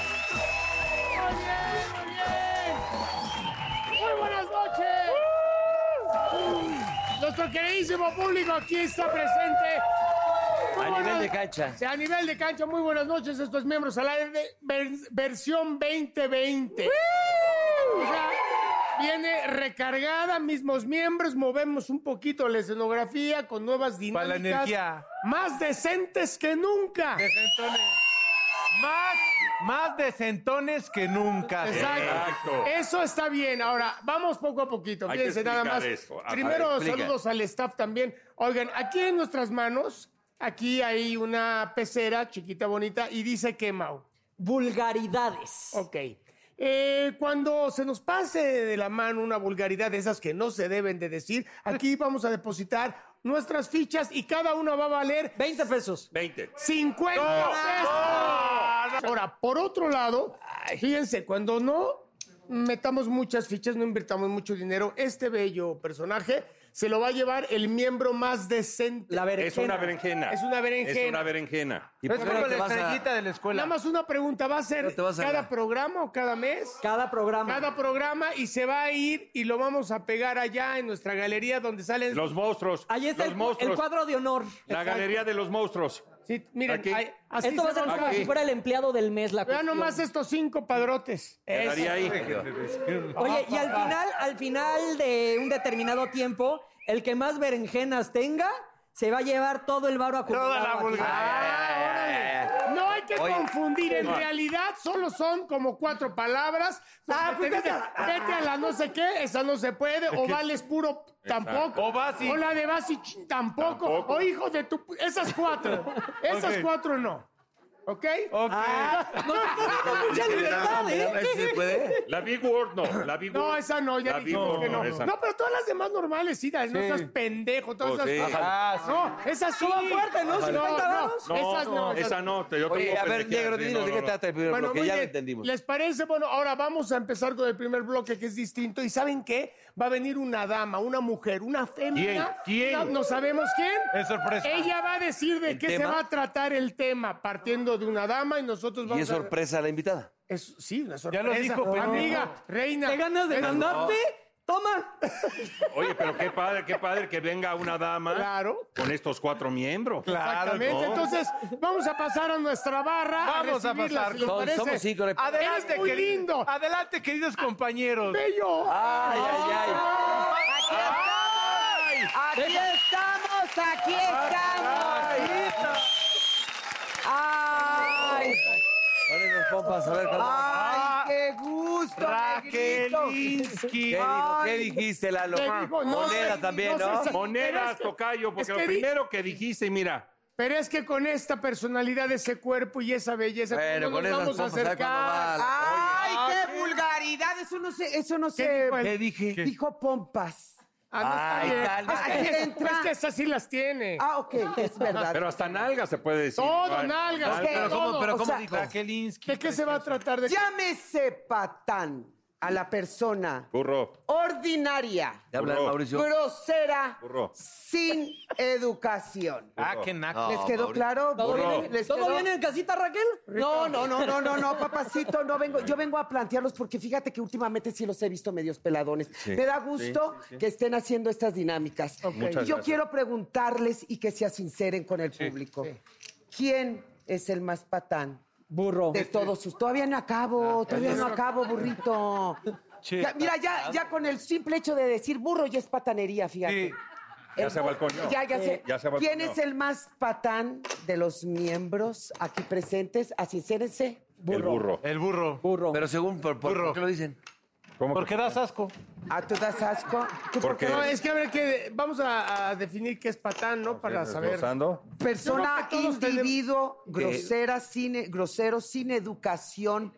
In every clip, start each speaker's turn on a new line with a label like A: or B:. A: Muy bien, muy bien. Muy buenas noches. Nuestro queridísimo público aquí está presente. Muy
B: A
A: buenas-
B: nivel de cancha.
A: A nivel de cancha, muy buenas noches. Esto es Miembros al Aire de- ver- versión 2020. O sea, viene recargada, mismos miembros, movemos un poquito la escenografía con nuevas
C: Para
A: dinámicas.
C: la energía.
A: Más decentes que nunca.
C: Decentones. Más, más decentones que nunca.
A: Exacto.
D: Exacto.
A: Eso está bien. Ahora, vamos poco a poquito.
D: Hay que
A: Fíjense nada
D: explicar
A: más.
D: eso. A- a
A: Primero,
B: ver, explica.
A: saludos al staff también. Oigan, aquí en nuestras manos, aquí hay una pecera chiquita, bonita, y dice que Mau.
E: vulgaridades.
A: Ok. Eh, cuando se nos pase de la mano una vulgaridad de esas que no se deben de decir, aquí vamos a depositar nuestras fichas y cada una va a valer
E: 20 pesos.
D: 20.
A: 50 pesos. Ahora, por otro lado, fíjense, cuando no metamos muchas fichas, no invirtamos mucho dinero, este bello personaje se lo va a llevar el miembro más decente.
E: La berenjena.
D: Es una berenjena.
A: Es una berenjena.
D: Es una berenjena.
B: ¿Y
C: Es
B: por qué
C: como
B: te
C: la
B: vas a-
C: estrellita de la
A: Nada
C: escuela.
A: más una pregunta, ¿va a ser
B: No te vas a
A: cada
B: ganar.
A: programa o cada mes?
E: Cada programa.
A: Cada programa y se va a ir y lo vamos a pegar allá en nuestra galería donde salen...
D: Los monstruos.
E: Ahí está
D: los
E: el, cu- el
D: monstruos.
E: cuadro de honor.
D: La galería de los monstruos.
A: Sí, miren,
D: Aquí.
A: ahí- así
E: Esto va a
A: se
E: ser
A: va a
E: como
A: usar.
E: si fuera el empleado del mes la
A: Vean
E: cuestión. Eh,
A: nomás estos cinco padrotes. Eso.
D: Quedaría ahí.
E: Oye, y al final, al final de un determinado tiempo, el que más berenjenas tenga se va a llevar todo el barro acumulado.
C: Toda la
E: aquí.
C: vulgaridad.
A: Ah, órale. No hay que confundir, en realidad solo son como cuatro palabras.
E: Ah,
A: Porque
E: pues
A: te
E: vete
A: dicen, vete a la no sé qué, esa no se puede, o vales puro tampoco.
C: O Basi.
A: O la de Basi ch- tampoco.
D: Tampoco.
A: O hijo de tu... Esas cuatro. Esas
C: Ok.
A: cuatro no. ¿Ok?
C: Ok.
E: No, no, mucha libertad, ¿eh?
B: ¿Se puede?
D: La Big Word no. La Big
A: No,
D: Word.
A: esa no, ya
D: La Big
A: dijimos
D: Word
A: que no.
D: no, esa
A: No, pero todas las demás normales, sí, no seas pendejo, todas
D: Oh, sí.
A: esas...
C: Ah, sí.
A: No, esas sí.
E: Suban fuerte, ¿no? 50 varos.
A: no, esas no. esas
D: Esa no. te- yo
B: Oye,
D: tengo
B: a ver,
D: pendejeadas,
B: negro,
D: sí,
B: dinos
D: no,
B: de
D: no,
B: qué
D: no.
B: trata el primer
A: Bueno,
B: bloque.
A: muy
B: Ya lo
A: bien.
B: entendimos.
A: ¿Les parece? Bueno, ahora vamos a empezar con el primer bloque que es distinto. ¿Y saben qué? Va a venir una dama, una mujer, una fémina.
C: ¿Quién?
A: No,
C: ¿Quién?
A: no sabemos quién.
C: Es sorpresa.
A: Ella va a decir de
B: ¿El
A: qué se
B: tema?
A: va a tratar el tema, partiendo de una dama y nosotros
B: Y
A: vamos
B: es
A: a...
B: sorpresa la invitada.
A: Es- sí, una
C: Ya
A: sorpresa.
C: lo dijo, pero-
A: Amiga, reina.
E: ¿Te ganas de
A: Es-
E: mandarte? Toma.
D: Oye, pero qué padre, qué padre que venga una dama
A: Claro.
D: con estos cuatro miembros.
C: Claro,
A: Exactamente.
C: no.
A: Entonces, vamos a pasar a nuestra barra.
C: Vamos a
A: recibirlas,
C: pasar.
A: si les
B: Son-
A: parece.
B: somos cinco, no hay-
C: Adelante,
A: Eres muy
C: querido-
A: lindo.
C: Adelante, queridos
F: Ah,
C: compañeros. Ah.
A: Bello.
B: Ay, ay, ay.
E: Aquí estamos, aquí estamos. Ah, Ay,
B: Ahora nos pompas a ver cuánto.
E: ay, qué gusto, negrito.
B: ¿Qué,
C: Rakelinsky.
B: dijo? ¿Qué
E: Ay.
B: dijiste, Lalo?
A: ¿Qué dijo? No
B: Moneda
A: sé,
B: también,
A: no
B: ¿no?
A: sé, Pero
D: Monedas,
A: es que-
D: tocayo, porque
A: es que
D: lo
A: di-
D: primero que dijiste, mira,
A: Pero es que con esta personalidad, ese cuerpo y esa belleza,
B: Bueno,
A: ¿cómo
B: con
A: nos
B: esas
A: vamos a
B: pompas a ver cuándo
A: acercar?
B: va.
E: Ay,
C: Ah,
E: qué vulgaridad. Eso no se, eso no
A: ¿Qué
E: se.
A: dijo él?
B: ¿Qué dije?
E: Dijo pompas.
A: Ah, no, está
B: Ay,
A: bien.
B: tal
A: Es que-
E: vez. Entra.
A: Es que esas sí las tiene.
E: Ah, ok, es verdad.
D: pero hasta nalgas se puede decir.
A: Todo,
D: Ay,
A: nalgas,
D: tal-
A: todo.
B: ¿Pero
E: O
B: cómo
E: sea,
B: dijo?
C: Rakelinsky.
A: ¿De qué se va a tratar? De...
E: Llámese patán.
F: a la persona
D: Burro.
F: ordinaria,
B: ¿Te habla de
D: Burro.
B: Mauricio?
F: grosera,
D: Burro.
F: sin educación.
C: Ah, qué naco.
F: ¿Les quedó
B: Mauricio.
F: claro?
E: ¿Todo,
F: Burro.
E: bien, en-
F: ¿Les
E: ¿todo
F: quedó?
E: bien en casita, Raquel?
F: No, no, no, no, no, no, papacito, no vengo. Yo vengo a plantearlos porque fíjate que últimamente sí los he visto medios peladones. Me da gusto que estén haciendo estas dinámicas.
D: Muchas
F: Yo
D: gracias.
F: quiero preguntarles y que se sinceren con el público. ¿Quién es el más patán?
E: Burro.
F: De todos sus. Todavía no acabo, todavía no acabo, burrito.
C: Ah, Sí.
F: Ya, mira, ya, ya con el simple hecho de decir burro ya es patanería, fíjate.
C: Sí.
D: Ya
F: El
D: se
F: bu-
D: balconeó.
F: Ya, ya se-
D: Ya se balconeó.
F: ¿Quién es el más patán de los miembros aquí presentes? Asincérense.
D: El burro.
C: El burro.
E: Burro.
B: Pero según, ¿por, por,
C: Burro.
B: por qué lo dicen?
D: ¿Cómo
C: ¿Por
D: que-
C: qué das asco?
F: ¿A Ah, tú das asco? ¿Tú por
D: Porque-
F: qué
A: No, es que a ver, que vamos a, a definir qué es patán, ¿no? Para saber.
D: ¿Rozando?
F: Persona,
A: Yo creo que todos tenemos-
F: individuo, grosera, sin, grosero, sin educación,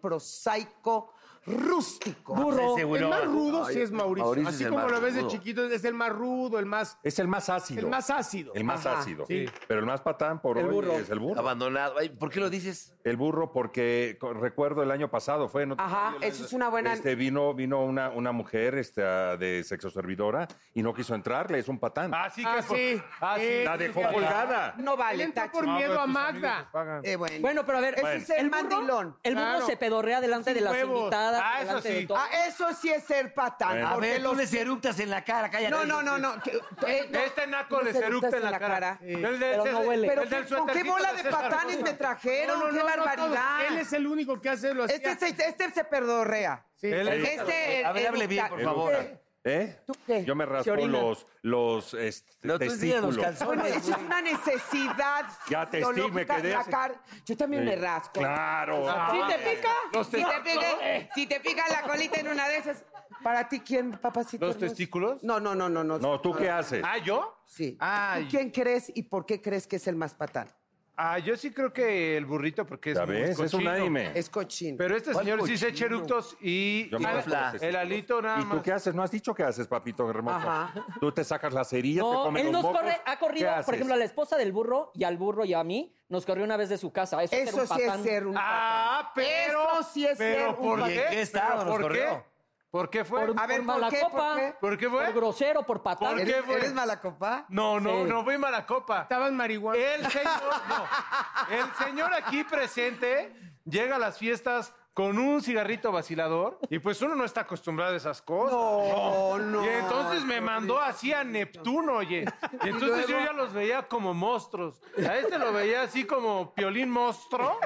F: prosaico, rústico.
E: Burro.
B: Ese güey
A: El
B: no-
A: más rudo
B: Ay,
A: sí es Mauricio.
B: Mauricio es
A: Así
B: el
A: como
B: más
A: lo ves de
B: rudo.
A: chiquito, es el más rudo, el más,
D: Es el más ácido.
A: el más ácido.
D: El más
F: Ajá,
D: ácido.
A: sí.
D: Pero el más patán por
E: El
D: hoy
E: burro.
D: es el burro.
B: Abandonado. Ay, ¿Por qué lo dices?
D: El burro, porque co- recuerdo el año pasado fue. ¿no?
F: Ajá, Ah, eso es una buena.
D: Este, vino vino una, una mujer este, ah, de sexo servidora y no quiso entrarle, es un patán.
C: Así que
A: Ah,
C: es por-
A: sí.
C: Ah, sí.
A: Eh,
D: La dejó colgada.
F: No
A: Él
F: vale,
A: entró
F: tacho.
A: por miedo a
C: amigos
A: Magda.
C: te pagan.
F: Eh, bueno.
E: Bueno, pero a ver,
F: ese es el,
E: burro-
F: mandilón.
E: El burro
A: Claro.
E: se pedorrea delante
A: Sin
E: de las
A: huevos.
E: invitadas,
C: Ah, eso
E: delante de
C: sí.
E: todo.
F: Ah, eso sí es ser patán.
D: Bueno.
F: porque los-
B: eructas en la cara, cállate.
F: No, no, no, no. que- eh, no,
C: Este naco
F: no
C: le
F: se
C: eructa
F: eructas
C: en la cara.
F: Pero
C: El del-
E: Pero no
C: ese-
E: huele.
C: el del
F: ¿Pero qué- ¿con qué
C: suétercito
F: bola de
C: César
F: patanes
C: Rojo.
F: me trajeron? ¡Qué barbaridad!
A: todos. Él es el único que hace lo
F: este,
A: hacía.
F: se, este se pedorrea.
A: Sí.
C: Él es- eh,
F: Este,
B: A ver, hable
F: eructa.
B: bien, por favor.
F: Este-
D: ¿Eh?
F: ¿Tú qué?
D: Yo me raspo
E: orina.
D: los, los este,
B: No, tú
C: Pues
B: enseñas los
D: testículos.
F: Bueno,
B: calzones.
F: eso es una necesidad.
D: Ya te
F: biológica,
D: sí, me quedé
F: la
D: así.
F: car- Yo también me rasco.
D: Claro.
F: Si te pica, si te pica, si te pica la colita en una de esas. Para ti, ¿quién, papacito?
C: ¿Los
F: No es-
C: testículos?
F: No, no, no, no, no.
D: No, ¿tú qué haces?
C: Ah, ¿yo?
F: Sí.
C: Ay.
F: ¿Tú quién crees y por qué crees que es el más patán?
C: Ah, yo sí creo que el burrito porque es
D: ¿Ya
C: muy
D: ves? Es
C: cochino.
D: unánime.
F: Es cochino.
C: Pero este
B: ¿Cuál
C: señor sí se echa
B: cochino?
C: eructos y,
D: Yo
C: y
D: me
C: el-
D: raspo los testículos.
C: el alito nada
D: ¿Y
C: más.
D: tú qué haces? ¿No has dicho qué haces, papito hermoso?
F: Ajá.
D: Tú te sacas las cerillas, te
E: No,
D: comes
E: él
D: los
E: nos
D: mocos.
E: corre, ha corrido,
D: ¿Qué haces?
E: por ejemplo, a la esposa del burro y al burro y a mí, nos corrió una vez de su casa. Eso, es ser
F: Eso
E: un
F: sí es
E: patán.
F: ser un patán.
C: Ah, pero.
F: Eso sí es
C: pero
F: ser un
C: ¿por
F: patán.
C: qué?
B: ¿Y en qué estado
C: ¿Pero
B: nos
C: ¿Por qué?
B: corrió?
C: ¿Por qué fue?
E: Por,
F: A ver,
E: por
F: ¿por
E: mala
F: qué, por
E: copa.
F: qué?
C: ¿Por qué fue?
E: Por grosero, por patán.
C: ¿Por qué
F: ¿Eres,
C: fue?
F: eres mala copa?
C: No, no,
E: Sí.
C: no fui mala copa.
A: Estaban marihuana.
C: El señor, no. El señor aquí presente llega a las fiestas con un cigarrito vacilador y pues uno no está acostumbrado a esas cosas.
F: No, no.
C: Y entonces me mandó así a Neptuno, oye. Y entonces yo ya los veía como monstruos. A este lo veía así como piolín monstruo.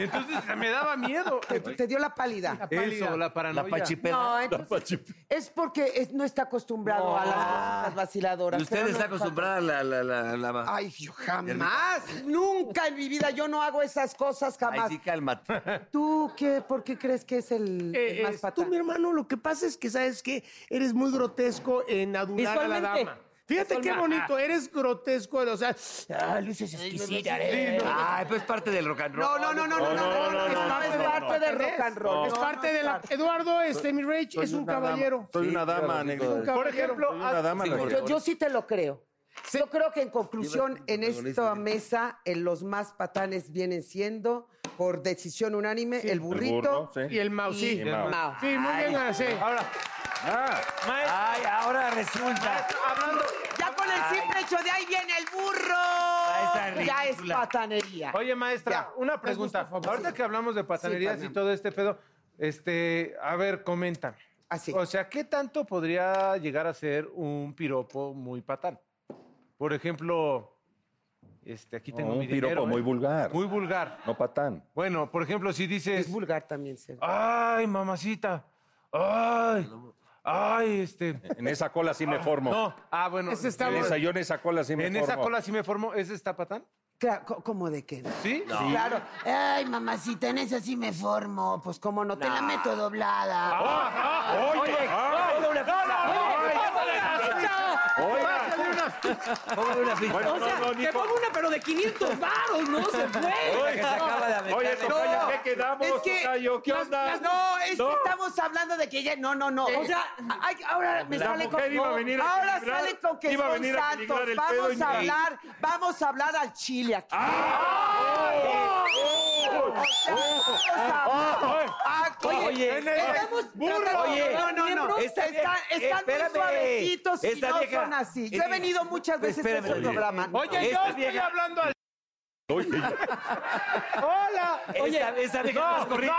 C: Y entonces me daba miedo.
F: Te, te dio la pálida.
C: Eso, la
B: La
C: paranoia.
B: pachipera.
F: No, entonces, es porque es- no está acostumbrado a las cosas vaciladoras.
B: ¿Y usted
F: pero
B: está
F: no-
B: acostumbrada a la, la, la, la- la-
F: Ay, yo jamás, nunca en mi vida, yo no hago esas cosas
B: Ay,
F: jamás.
B: sí, cálmate.
F: ¿Tú qué, por qué crees que es el, el
A: Eh,
F: más
A: es- tú,
F: patán?
A: mi hermano, lo que pasa es que, ¿sabes que Eres muy grotesco en adular a la
E: Visualmente.
A: dama. Fíjate qué bonito, eres grotesco, o sea, ah, luces exquisitas. eh.
B: Ay, pues es parte del rock and
F: No,
B: roll.
F: no, no, no, no, no, no, no, no, es parte de rock and roll.
A: Es parte de la... Eduardo, este, mi Rage, es un caballero.
D: Soy una dama,
B: Soy
D: negro.
B: un
C: Por ejemplo,
D: Una dama,
B: Sí,
D: negro.
F: Yo, yo sí te lo creo. Yo creo que en conclusión, en esta mesa, en los más patanes vienen siendo, por decisión unánime, el burrito.
D: burro, sí.
A: Y el Mau, sí.
F: Y
D: el Mau.
F: Mau.
A: Sí, muy bien, ah, sí.
C: Ahora,
D: Ah,
C: maestro,
B: Ay, ahora resulta.
C: hablando...
F: Ya con el simple hecho de ahí viene el burro.
B: esa
F: Ya es
B: ridícula.
F: patanería.
C: Oye, maestra,
F: Ya.
C: una pregunta. Ahorita que hablamos de patanerías y
F: perdón.
C: todo este pedo, este, a ver, coméntame.
F: Así.
C: O sea, ¿qué tanto podría llegar a ser un piropo muy patán? Por ejemplo, este, aquí tengo
D: un
C: mi
D: piropo
C: dinero,
D: muy
C: ¿eh?
D: vulgar.
C: Muy vulgar.
D: no patán.
C: Bueno, por ejemplo, si dices,
F: Es vulgar también, ser.
C: ay, mamacita, ay, ay, este,
D: En esa cola sí me formo.
C: no, ah, bueno,
A: Ese está
C: en
D: En
A: bueno.
C: esa-
D: esa, yo en esa cola sí me
C: en
D: formo.
C: esa cola sí me formo, ¿ese está patán?
F: Claro, co- ¿Cómo de qué?
C: ¿Sí?
F: Claro. Ay, mamacita, en esa sí me formo. Pues cómo no, te la meto doblada.
B: Ah,
D: ¡Oye! ¡Ay!
C: ¡No, no, no!
D: ¡Oiga!
C: ¡Pásale una!
B: Póngame una ficha.
D: Bueno,
E: o sea,
D: no, no,
E: te
D: Nico.
E: pongo una, pero de 500 varos, ¿no? Se fue.
B: Oye, que se acaba de aventar.
D: Oye, Tocayo,
B: No.
D: ¿qué quedamos,
F: Es que
D: Tocayo? ¿Qué
F: las-
D: onda?
F: las- no, es
D: No.
F: que estamos hablando de que ella. No, no, no. O sea, ay, ahora me
D: La
F: sale con.
D: mujer iba a
F: no,
D: venir a
F: ahora
D: equilibrar-
F: sale con que
D: iba a
F: son
D: venir a
F: santos.
D: equilibrar el pedo
F: Vamos
D: y ni- Ah,
F: a hablar, vamos a hablar al chile aquí. Oh. O sea, vamos a hablar aquí.
B: Oye,
F: estamos tratando de
B: Oye,
F: hablar
B: no, no,
F: miembros
B: esta
F: que están,
B: vieja-
F: están muy
B: espérame.
F: suavecitos y
B: Esta
F: no
B: vieja-
F: son así. Yo he venido muchas veces a
B: Espérame,
F: este
B: oye.
F: programa.
C: Oye, yo
B: Esta
C: estoy
B: vieja-
C: hablando al.
D: Oye,
C: ¡Hola!
B: Esa, esa vieja es más corriente.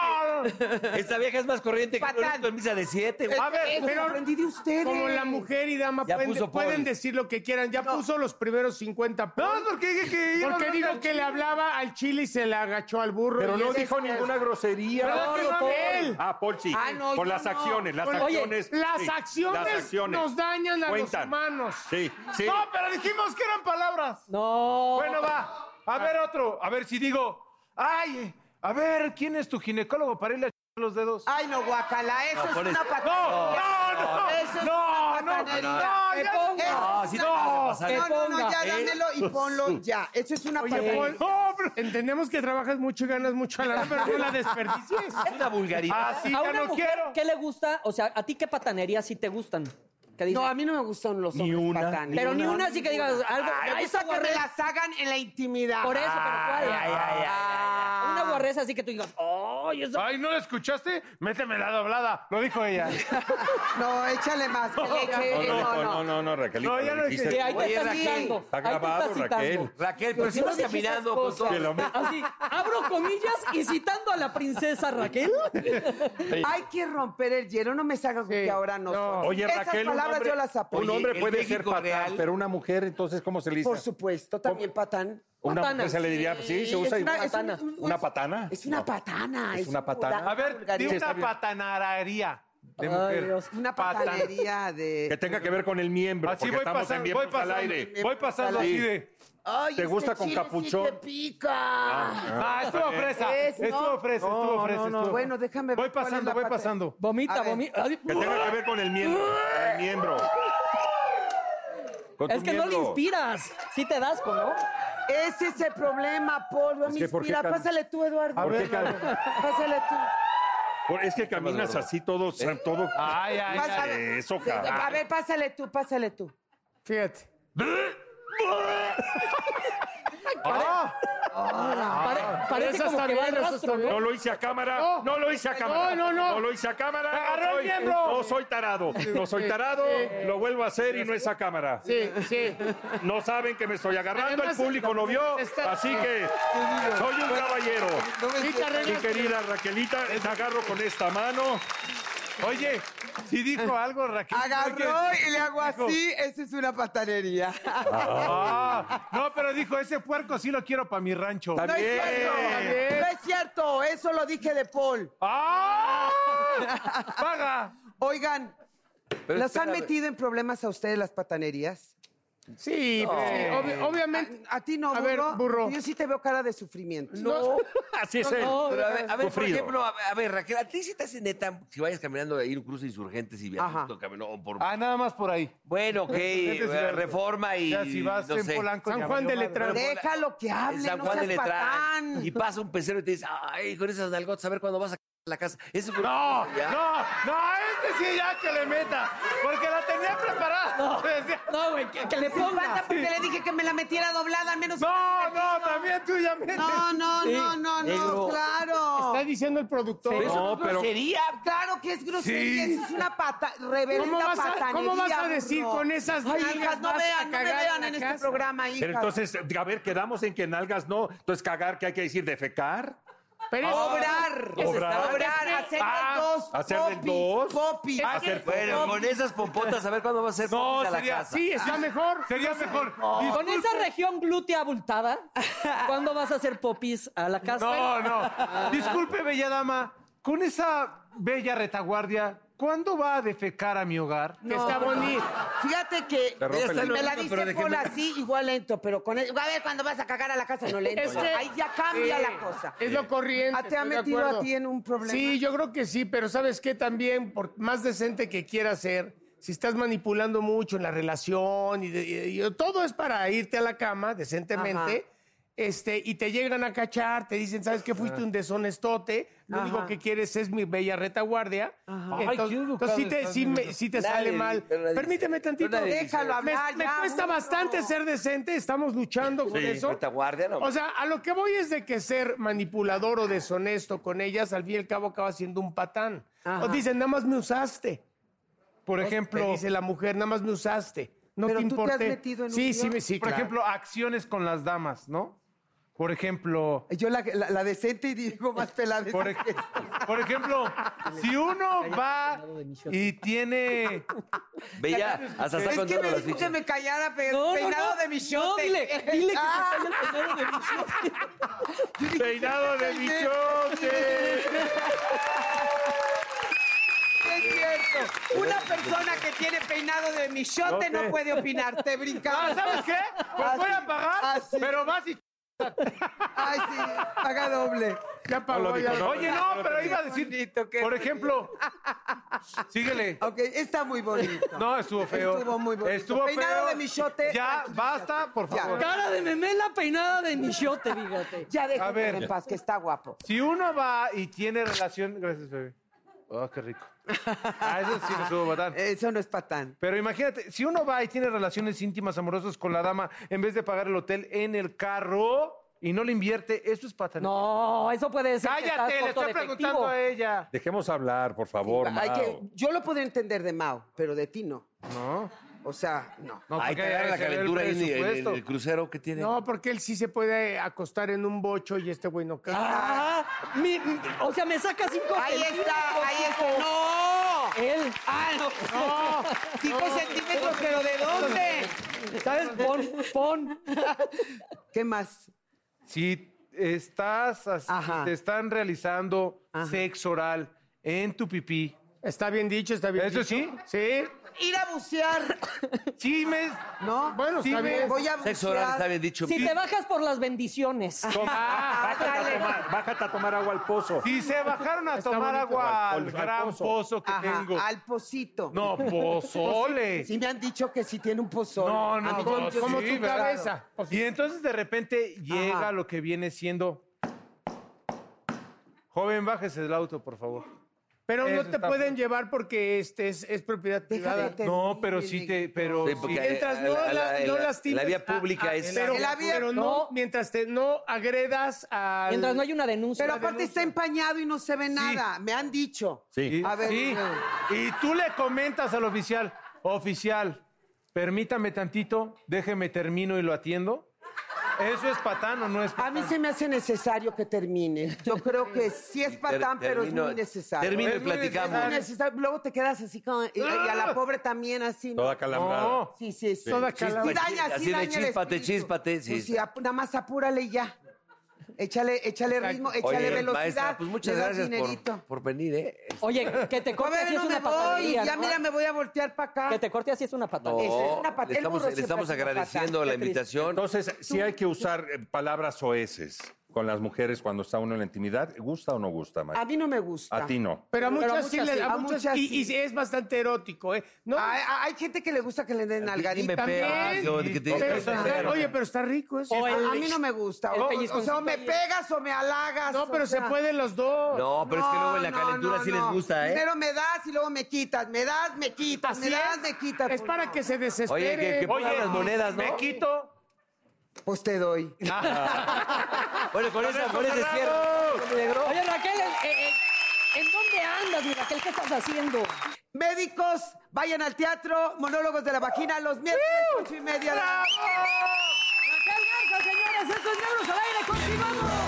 C: No, no.
B: Esta vieja es más corriente que un
F: Patán.
B: grito en misa de siete. güey.
A: A ver,
F: Eso
A: pero
F: aprendí de ustedes.
A: como la mujer y dama
B: Ya
A: pueden,
B: puso
A: pueden
B: Paul.
A: decir lo que quieran, ya puso los primeros 50
C: No,
A: Paul,
C: porque dije que iba
A: porque
C: hablando
A: digo
C: al
A: que le hablaba al chile y se le agachó al burro.
D: pero
A: y
D: no
A: es-
D: dijo ninguna grosería.
C: ¿Verdad que no,
A: él?
D: Ah, Paul sí.
F: Ah, no,
D: Por
F: yo
D: las
F: no.
D: acciones, las
A: Oye,
D: acciones.
A: las
D: sí,
A: acciones nos dañan a los
D: Cuentan.
A: humanos.
D: Sí, sí.
C: No, pero dijimos que eran palabras.
E: No.
C: Bueno, va. A ver otro. A ver si digo. Ay, a ver, ¿quién es tu ginecólogo para irle a ch- los dedos?
F: Ay, no, guacala, eso es una
C: No,
F: patada.
C: no, no.
F: Eso es
C: No, no,
F: una
C: no.
F: patanería.
C: ya-
E: Me pongo.
F: Eso
B: No,
F: es
B: sí te
F: una-
B: acabas de pasar.
F: No, no, no, ya
B: ¿Eh?
F: dámelo y ponlo ya. Eso es una
A: Oye,
F: patada.
A: Paul, entendemos que trabajas mucho y ganas mucho a la pero no la desperdicies.
B: Es una vulgaridad.
F: Ah,
C: Así
E: a
C: ya
E: una
C: no
E: mujer,
C: quiero.
E: ¿qué le gusta? O sea, ¿a ti qué patanerías sí te gustan? Que dices,
F: No, a mí no me gustan los hombres
D: una,
F: patanes.
E: pero ni una así que digas algo.
F: Ay, pues
E: "Ay,
F: esa
E: esta
F: que me
E: guarrez".
F: las hagan en la intimidad.
E: Por eso, pero ¿cuál?
B: ay, ay, ay,
E: Una guarreza así que tú digas, ¡ay, eso!
C: Ay, ¿no la escuchaste? Méteme la doblada. Lo dijo ella.
F: No, échale más. que le
D: No,
F: eche.
D: no, no, no, no, Raquelita,
C: No, ya
D: lo
C: no
D: dijiste.
E: Sí, ahí te
B: Oye,
E: estás
B: Raquel,
E: citando.
D: está
E: ahí te
D: grabado,
E: estás citando.
D: Raquel.
B: Raquel,
F: Pues
B: pero si
E: ¿Por
B: vas
E: qué no dije
B: caminando
E: esas
B: con todo.
E: cosas?
D: Que lo-
E: Así, abro comillas y citando a la princesa Raquel.
F: Hay que romper el hielo. No me salgas con que ahora no. soy.
D: Oye,
F: Esas
D: Raquel, un
F: palabras
D: hombre-
F: yo las apoyo.
D: Un hombre
B: Oye,
D: puede
B: en
D: ser
B: México
D: patán,
B: real-
D: pero una mujer, entonces, ¿cómo se le dice?
F: Por supuesto, también patán.
D: Una
E: Patana,
D: mujer se le diría, pues, sí, se usa
F: es una-
D: igual.
F: es un- un-
D: ¿Una patana?
F: Es una
D: No.
F: patana.
D: Es una patana.
F: vulgar-
C: A ver, di
F: vulgaridad.
C: una patanararía de
E: Ay,
C: mujer.
E: Dios.
F: Una
C: Patana.
F: patanería
D: Que
F: de.
D: tenga que ver con el miembro,
C: Así
D: porque
C: voy
D: estamos en
C: pasando, voy
D: miembros
C: pasando,
D: al aire.
C: voy pasando
F: Al
C: así
F: aire.
C: de.
F: Ay,
D: ¿Te gusta con capuchón?
F: te pica.
C: Ah, estuvo fresa,
F: Es, ¿no?
C: estuvo fresa, estuvo fresa. estuvo
F: Bueno,
C: fresa.
F: déjame ver
C: Voy
F: cuál es
C: pasando,
F: la
C: voy
F: pata-
C: pasando.
E: Vomita,
F: A ver.
E: vomita. Ay,
D: Que tenga que ver con el miembro. El miembro. Con tu
E: Es que no le
D: miembro.
E: inspiras. Sí te das, ¿no?
F: Ese es el problema, Paul. No
D: Es
F: me
D: que, ¿por qué
F: inspira.
D: can-
F: Pásale tú, Eduardo.
D: ¿Por qué can-
F: Pásale tú.
D: Por- Es que caminas así todo, todo.
C: Ay, ay, ay.
F: Pásale.
D: Eso,
F: Sí, A
D: carajo.
F: ver, pásale tú, pásale tú.
A: Fíjate.
C: Ah.
D: Ah.
E: Pare- parece
A: esa
E: como
A: está
E: que va
A: bien,
E: al
A: esa
E: rastro,
A: está
E: ¿no?
D: No lo hice a cámara,
A: No.
D: no lo hice a cámara.
A: no, no.
D: lo hice a cámara.
C: agarró
D: no
C: el
D: soy-
C: miembro.
D: No soy tarado, no soy tarado, lo vuelvo a hacer y no es a cámara.
A: Sí, sí.
D: No saben que me estoy agarrando,
A: Además,
D: el público no vio,
A: está-
D: así que soy un caballero.
A: Sí, te
D: Mi
A: arreglas.
D: querida Raquelita, te agarro con esta mano.
C: Oye, sí dijo algo, Raquel.
F: Agarró y le hago así. Esa es una patanería.
C: Ah, no, pero dijo, ese puerco sí lo quiero para mi rancho.
F: No es cierto. No es cierto. Eso lo dije de Paul.
C: ¡Ah! ¡Paga!
F: Oigan,
B: Pero
F: ¿las han
B: espérame.
F: metido en problemas a ustedes las patanerías?
A: Sí, pues, sí, obvi- obviamente.
F: A ti no,
A: A ver, burro.
F: Yo sí te veo cara de sufrimiento.
B: No,
D: Así es él.
B: pero a ver, a ver, por
D: Sufrido.
B: ejemplo, a ver, a ver, Raquel, a ti si te hace neta si vayas caminando ahí un cruce de insurgentes y
F: Ajá.
B: viajes camino o por.
C: Ah, nada más por ahí.
B: Bueno, ok, eh,
C: Insurgentes y Viaducto.
B: reforma y.
C: Ya, si vas
B: no
C: en
B: sé,
C: Polanco,
A: San
C: ya
A: Juan
C: valió
A: de
C: madre.
A: Letrán.
F: Déjalo que
B: en
F: hable,
B: San
F: no
B: Juan de
F: seas
B: Letrán.
F: patán.
B: Y pasa un pecero y te dice, ay, con esas nalgotas, a ver cuándo vas a la casa. Eso
C: No, no, no, este sí ya que le meta, porque la tenía preparada. Decía-
E: No, güey, que, que le
F: Sí, pata,
E: ponga.
F: porque le dije que me la metiera doblada, al menos.
C: No, no, también tú ya metes.
F: No, no, no, no, no, claro.
A: Está diciendo el productor.
D: No, pero
B: Sería.
F: Claro que es grosería,
C: Sí.
F: eso es una pata, reverenda
A: ¿Cómo vas a-
F: patanería,
A: cómo vas a decir
F: burro?
A: con esas
F: Ay,
A: nalgas
F: hijas, no
A: vas a
F: vean, no me
A: cagar en
F: vean
A: la
F: en este
A: casa?
F: programa, hijas.
D: Pero entonces, a ver, quedamos en que nalgas no. Entonces, cagar, ¿qué hay que decir? ¿Defecar?
A: Pero es-
F: Obrar,
A: Ese está-
F: obrar,
A: ese-
F: hacer
C: Ah,
F: el dos,
D: hacer del
F: popis,
D: dos.
F: popis,
D: Hacer
B: Bueno, con esas pompotas, a ver cuándo vas a ser
C: No,
B: popis a la
C: sería-
B: casa.
A: Sí, está mejor.
C: Sería mejor.
E: Con
C: Disculpa.
E: esa región glútea abultada, ¿cuándo vas a hacer popis a la casa?
C: No, no. Disculpe, bella dama, con esa bella retaguardia, ¿cuándo va a defecar a mi hogar?
A: Que está bonito.
F: Fíjate que
D: rompe el
F: si me
B: libro,
F: la
B: pero
F: dice
B: déjeme-
F: Paul así, igual lento, pero con el- A ver, cuando vas a cagar a la casa, no lento.
A: Es que-
F: Ahí ya cambia
A: Sí,
F: la cosa.
A: Es lo corriente.
F: ¿Ah, te ha
A: estoy de
F: metido a
A: acuerdo.
F: ti en un problema?
A: Sí, yo creo que sí, pero ¿sabes qué? También, por más decente que quiera ser, si estás manipulando mucho en la relación y, de- y- y todo es para irte a la cama decentemente. Este, y te llegan a cachar, te dicen, ¿sabes qué? Fuiste un deshonestote, lo
F: Ah. Ajá.
A: único que quieres es mi bella retaguardia.
F: Ajá.
C: Ay,
A: Entonces,
C: qué educado
A: entonces sí te,
C: estás,
A: sí me-
C: Miguel.
A: sí te
B: Nadie
A: sale
B: dice,
A: mal.
B: pero nadie dice.
A: Permíteme tantito.
B: Pero nadie dice
F: Déjalo
A: Me,
F: hablar,
A: me
F: ya,
A: cuesta
F: uno.
A: bastante ser decente, estamos luchando con eso.
B: Retaguardia, no.
A: O sea, a lo que voy es de que ser manipulador o deshonesto con ellas, al fin y al cabo acaba siendo un patán.
F: Ajá.
A: O dicen, nada más me usaste.
C: Por
A: Te
C: ejemplo,
A: dice la mujer, nada más me usaste. No
F: Pero
A: te
F: tú te has
A: importé.
F: metido en un
A: sí,
F: lío.
A: sí, me- sí,
C: por
A: claro.
C: ejemplo, acciones con las damas, ¿no? Por ejemplo,
F: Yo la, la- la decente y digo más pelada.
C: por, ej- por ejemplo, si uno va y tiene
B: Ve ya, hasta está
F: Es que
B: contando
F: me
B: las
F: dijo que
B: fichas.
F: me callara, pero
E: No, no,
F: peinado
E: no.
F: de
E: No,
F: bichote.
E: dile, dile que se
F: Ah.
E: caiga el peinado de bichote.
C: peinado de bichote.
F: Es cierto. Una persona que tiene peinado de michote no puede opinar. Te
C: Ah,
F: brincamos.
C: ¿Sabes qué?
F: Ah,
C: Pues voy a pagar,
F: así.
C: pero vas y...
F: Ay, sí. Paga doble.
A: ya pagó, ya-
C: Oye, no, pero iba a decir,
F: bonito, qué
C: por
F: bonito.
C: ejemplo, síguele.
F: Ok, está muy bonito.
C: No, estuvo feo.
F: Estuvo muy bonito.
C: Estuvo
F: Peinado
C: feo.
F: de michote.
C: Ya, basta, por
F: Ya.
C: favor.
E: Cara de memela peinada de michote, fíjate.
F: Ya
C: A
F: déjame
C: ver.
F: en paz, que está guapo.
C: Si uno va y tiene relación... Gracias, bebé. Oh, qué rico. Ah, eso sí me estuvo fatal.
F: Eso no es patán.
C: Pero imagínate, si uno va y tiene relaciones íntimas amorosas con la dama, en vez de pagar el hotel en el carro y no le invierte, eso es patán.
E: No, eso puede ser. que estás
C: Cállate, le
E: corto
C: estoy
E: de
C: preguntando a
E: efectivo.
C: ella.
D: Dejemos hablar, por favor,
F: Hay
D: Mao.
F: que- yo lo podría entender de Mao, pero de ti no.
C: No.
F: O sea, no.
C: No,
B: Ahí
C: porque
B: te agarra la
C: se ve el
B: calentura ahí en el- en el,
C: presupuesto.
B: crucero que tiene.
A: No, porque él sí se puede acostar en un bocho y este güey no cae.
E: Ah, mi- mi- o sea, me saca cinco
F: Ahí
E: centímetros,
F: está, ahí
E: hijo.
F: está. ¡No!
E: Él. Ah,
F: Cinco centímetros, pero ¿de dónde?
E: ¿Sabes? Pon, pon.
F: ¿Qué más?
C: Si estás, as-
F: Ajá.
C: te están realizando
F: Ajá.
C: sexo oral en tu pipí.
A: Está bien dicho, está bien
C: ¿Eso
A: dicho.
C: sí?
A: Sí.
F: Ir a bucear,
C: Sí, me-
F: ¿no?
A: Bueno,
C: Sí,
A: está
C: me-
A: bien.
F: Voy a bucear.
B: Sexo oral está bien dicho.
E: Si te bajas por las bendiciones.
D: Bájate, a tomar, bájate a tomar agua al pozo.
C: Si se bajaron a
A: Está
C: tomar
A: bonito.
C: agua
D: Al-
C: al,
D: al
C: gran
D: pozo.
C: pozo, que
F: Ajá,
C: tengo.
F: al pocito. Pues
C: No, pozole.
F: Sí me han dicho que sí tiene un pozole.
C: No, no,
F: Ah,
C: no,
F: yo-
A: como
C: sí,
A: tu
C: ¿verdad?
A: cabeza.
C: Y entonces de repente llega
F: Ajá.
C: lo que viene siendo. Joven, bájese del auto, por favor.
A: Pero
C: Eso
A: no te
C: está
A: pueden
C: fu-
A: llevar porque este es, es propiedad privada.
F: Déjate.
C: No, pero sí te. Pero
B: Sí,
C: sí.
B: porque-
A: Mientras
B: Eh,
A: no,
B: la-
A: la,
B: la-
A: no
B: la-
A: lastimes
B: la vía
A: a-
B: pública
A: a-
B: es-
A: Pero,
F: La vía-
A: pero no,
F: no.
A: mientras te no agredas al...
E: Mientras no hay una denuncia.
F: Pero aparte está empañado y no se ve nada. Me han dicho.
D: Sí.
C: Y-
F: A ver,
C: sí. Y tú le comentas al oficial, oficial, permítame tantito, déjeme termino y lo atiendo. ¿Eso es patán o no es
F: A
C: patán?
F: mí se me hace necesario que termine. Yo creo que sí es
B: Ter-
F: patán, pero es
B: termino-
F: muy necesario.
B: Termino y
C: Es muy
B: platicamos. Ah.
C: necesario.
F: Necesario. Luego te quedas así con... Y, y a la pobre también así. ¿no?
D: Toda calambrada.
C: No.
F: Sí, sí, sí.
A: Toda
F: Sí,
A: calada.
F: sí daña, sí
B: Así de
F: daña el
B: chíspate,
F: espíritu.
B: chíspate, sí.
F: Pues ap- nada más apúrale y ya. Échale, échale ritmo, échale
B: Oye,
F: velocidad.
B: maestra, pues muchas
F: le das
B: gracias por,
F: dinerito.
B: por venir, ¿eh?
E: Oye, que te corte
F: A ver,
E: así es
F: no me
E: una
F: voy.
E: patanería.
F: Ya,
E: ¿no?
F: mira, me voy a voltear para acá.
E: Que te corte así es una
B: No,
E: patanería.
F: Esa es una pata-
B: le
F: el burro
B: estamos, le
F: siempre
B: estamos
F: ha sido
B: agradeciendo
F: patán.
B: la
F: Qué triste.
B: invitación.
D: Entonces, sí hay que usar eh, palabras soeces con las mujeres cuando está uno en la intimidad. ¿Gusta o no gusta,
F: A
D: Mike?
F: mí no me gusta.
D: A ti no.
A: Pero a muchas sí, le- a muchas-
F: muchas
A: y, y
F: sí.
A: es bastante erótico, ¿eh? No,
F: Hay, hay gente que le gusta que le den
B: Dime,
F: nalgadita.
A: también.
B: perro, que te-
A: pero
B: que te-
A: está- oye, pero está rico eso.
E: O el-
F: Pues A mí no me gusta.
E: El
F: O, o sea,
E: pellizconcito
F: o me
E: ahí.
F: pegas o me halagas.
A: no, pero
F: o sea,
A: se pueden los dos.
B: No, pero es que luego en la
F: no,
B: calentura
F: no,
B: sí
F: no.
B: les gusta, ¿eh?
F: Primero me das y luego me quitas. Me das, me quitas.
A: Así
F: me das,
A: es.
F: me quitas.
A: Es
F: Pues
A: para
F: no.
A: que se
B: Oye,
A: desespere.
B: que, que pongan
C: Oye,
B: las monedas, ¿no?
C: Me quito.
F: Pues te doy.
B: Bueno, con esa, con ese cierre.
E: Oye, Raquel, eh, eh, ¿en dónde andas, mi Raquel? ¿Qué estás haciendo?
F: Médicos, vayan al teatro. Monólogos de la vagina los miércoles, ocho y media. de la noche.
E: Raquel Garza, señores, estos negros al aire, continuamos.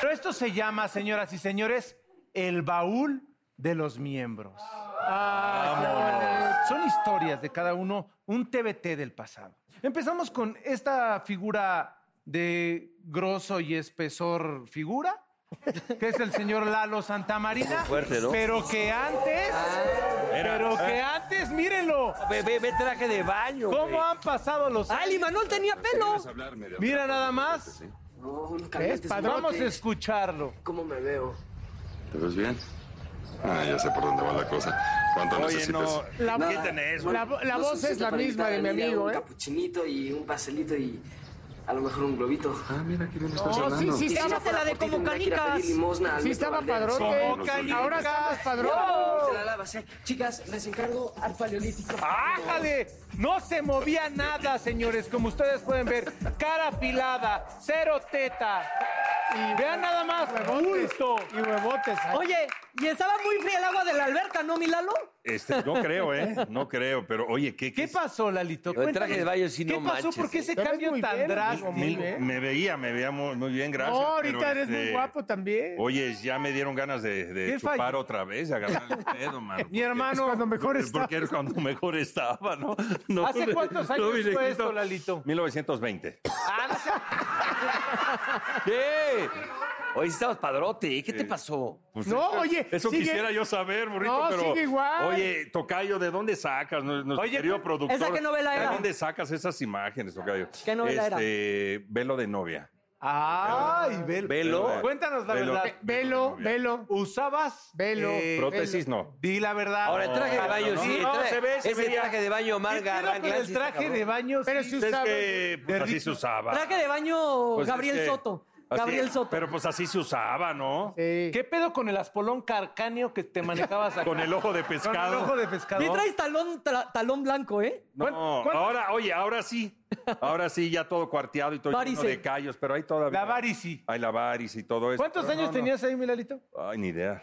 C: Pero esto se llama, señoras y señores, el baúl de los miembros. Son historias de cada uno, un TBT del pasado. Empezamos con esta figura de grosso y espesor figura, que es el señor Lalo Santamarina.
B: fuerte, ¿no? ah.
C: Pero que antes, pero que antes, mírenlo,
B: Ve, Ah. ve, ve traje de baño. güey.
C: cómo han pasado los
E: ¡Ah, el Imanol tenía pelo!
C: Mira nada más,
A: ¿Ves,
C: vamos a
A: padrote?
C: escucharlo.
A: ¿Cómo me veo?
G: ¿Te ves bien? Ah, ya sé por dónde va la cosa. ¿Cuánto necesitas?
A: La, la- la voz es la misma de mi amigo, ¿eh?
H: capuchinito y un pastelito y a lo mejor un globito.
G: Ah, mira qué bien estás
A: No, Oh, sí,
G: hablando.
A: sí, estaba,
E: Échatela de como canicas.
H: limosna
A: sí estaba padrote.
C: Como canicas.
A: Ahora estamos padrote.
H: Se la lava, sí. Chicas, les encargo al paleolítico.
C: ¡Ájale! No se movía nada, señores, como ustedes pueden ver. Cara afilada, cero teta. Y vean nada más, bulto.
A: Y huevotes.
F: ¿eh?
E: Oye, y estaba muy fría el agua de la alberca, ¿no, mi Lalo?
D: Este, no creo, ¿eh? No creo, pero oye, ¿qué,
C: ¿Qué pasó, Lalito?
B: Lo de traje
C: Cuéntanos,
B: de baño sí,
C: ¿Qué
B: no
C: pasó?
B: manches,
C: ¿Por qué
B: ¿eh?
C: ese
A: Te ves
C: cambio
A: muy
C: tan
A: bien,
C: drástico?
A: amigo, muy
D: Me,
A: bien.
D: me veía, me veía muy, muy bien, gracias.
A: No,
D: pero,
A: ¿eh? ahorita eres
D: este,
A: muy guapo también.
D: Oye, ya me dieron ganas de, de
C: ¿Qué
D: chupar
C: falló?
D: otra vez, agarrar el pedo, mano.
C: Mi hermano,
A: Cuando mejor
D: Porque-
A: está.
D: eh, Porque era cuando mejor estaba, ¿no? No,
C: ¿hace cuántos
D: no,
C: años
D: mi
C: fue
D: negrito.
C: esto, Lalito?
D: 1920.
B: ¿Qué? Hoy estabas padrote. ¿eh? ¿Qué te pasó?
D: Pues
A: No,
D: eso-
A: oye,
D: Eso
A: sigue-
D: quisiera yo saber, burrito,
A: No,
D: pero.
A: sigue igual.
D: Oye, Tocayo, ¿de dónde sacas? Nos,
C: Oye,
D: querido productor.
E: ¿esa qué novela
D: ¿De
E: era?
D: dónde sacas esas imágenes, Tocayo?
E: ¿Qué novela era?
D: este, Velo de novia.
C: Ay, velo.
B: Velo.
C: Cuéntanos la
D: Velo. Eh,
C: verdad.
A: Velo, velo.
C: ¿Usabas?
A: Velo.
D: Prótesis no.
C: Eh, Di la verdad.
B: Ahora, el traje de baño
D: no,
B: sí.
D: no,
B: el tra-
D: se ve, se
B: ese
D: veía.
B: traje de baño,
C: ¿Qué
B: Marga.
C: pedo con
B: Arranglan, sí
C: el
B: está
C: traje
B: cabrón.
C: de baño?
A: Pero
C: sí?
A: si
D: Es
A: usaba.
D: que pues, así se usaba.
E: Traje de baño
D: Pues,
E: Gabriel
D: es que-
E: Soto.
D: así-
E: Gabriel Soto.
D: Pero pues así se usaba, ¿no?
A: Sí.
C: ¿Qué pedo con el aspolón carcáneo que te manejabas acá?
D: Con el ojo de
C: Con el
D: pescado.
C: ojo de pescado.
E: Sí traes talón, tra- talón blanco, ¿eh?
D: No,
C: ¿Cuán-
D: ahora, oye, ahora sí. Ahora sí, ya todo cuarteado y todo lleno
E: Varice.
D: de callos, pero ahí todavía.
C: La varici.
D: Hay la varice y todo eso.
C: ¿Cuántos
D: pero no,
C: años
D: no.
C: tenías ahí, Milalito?
D: Ay, ni idea.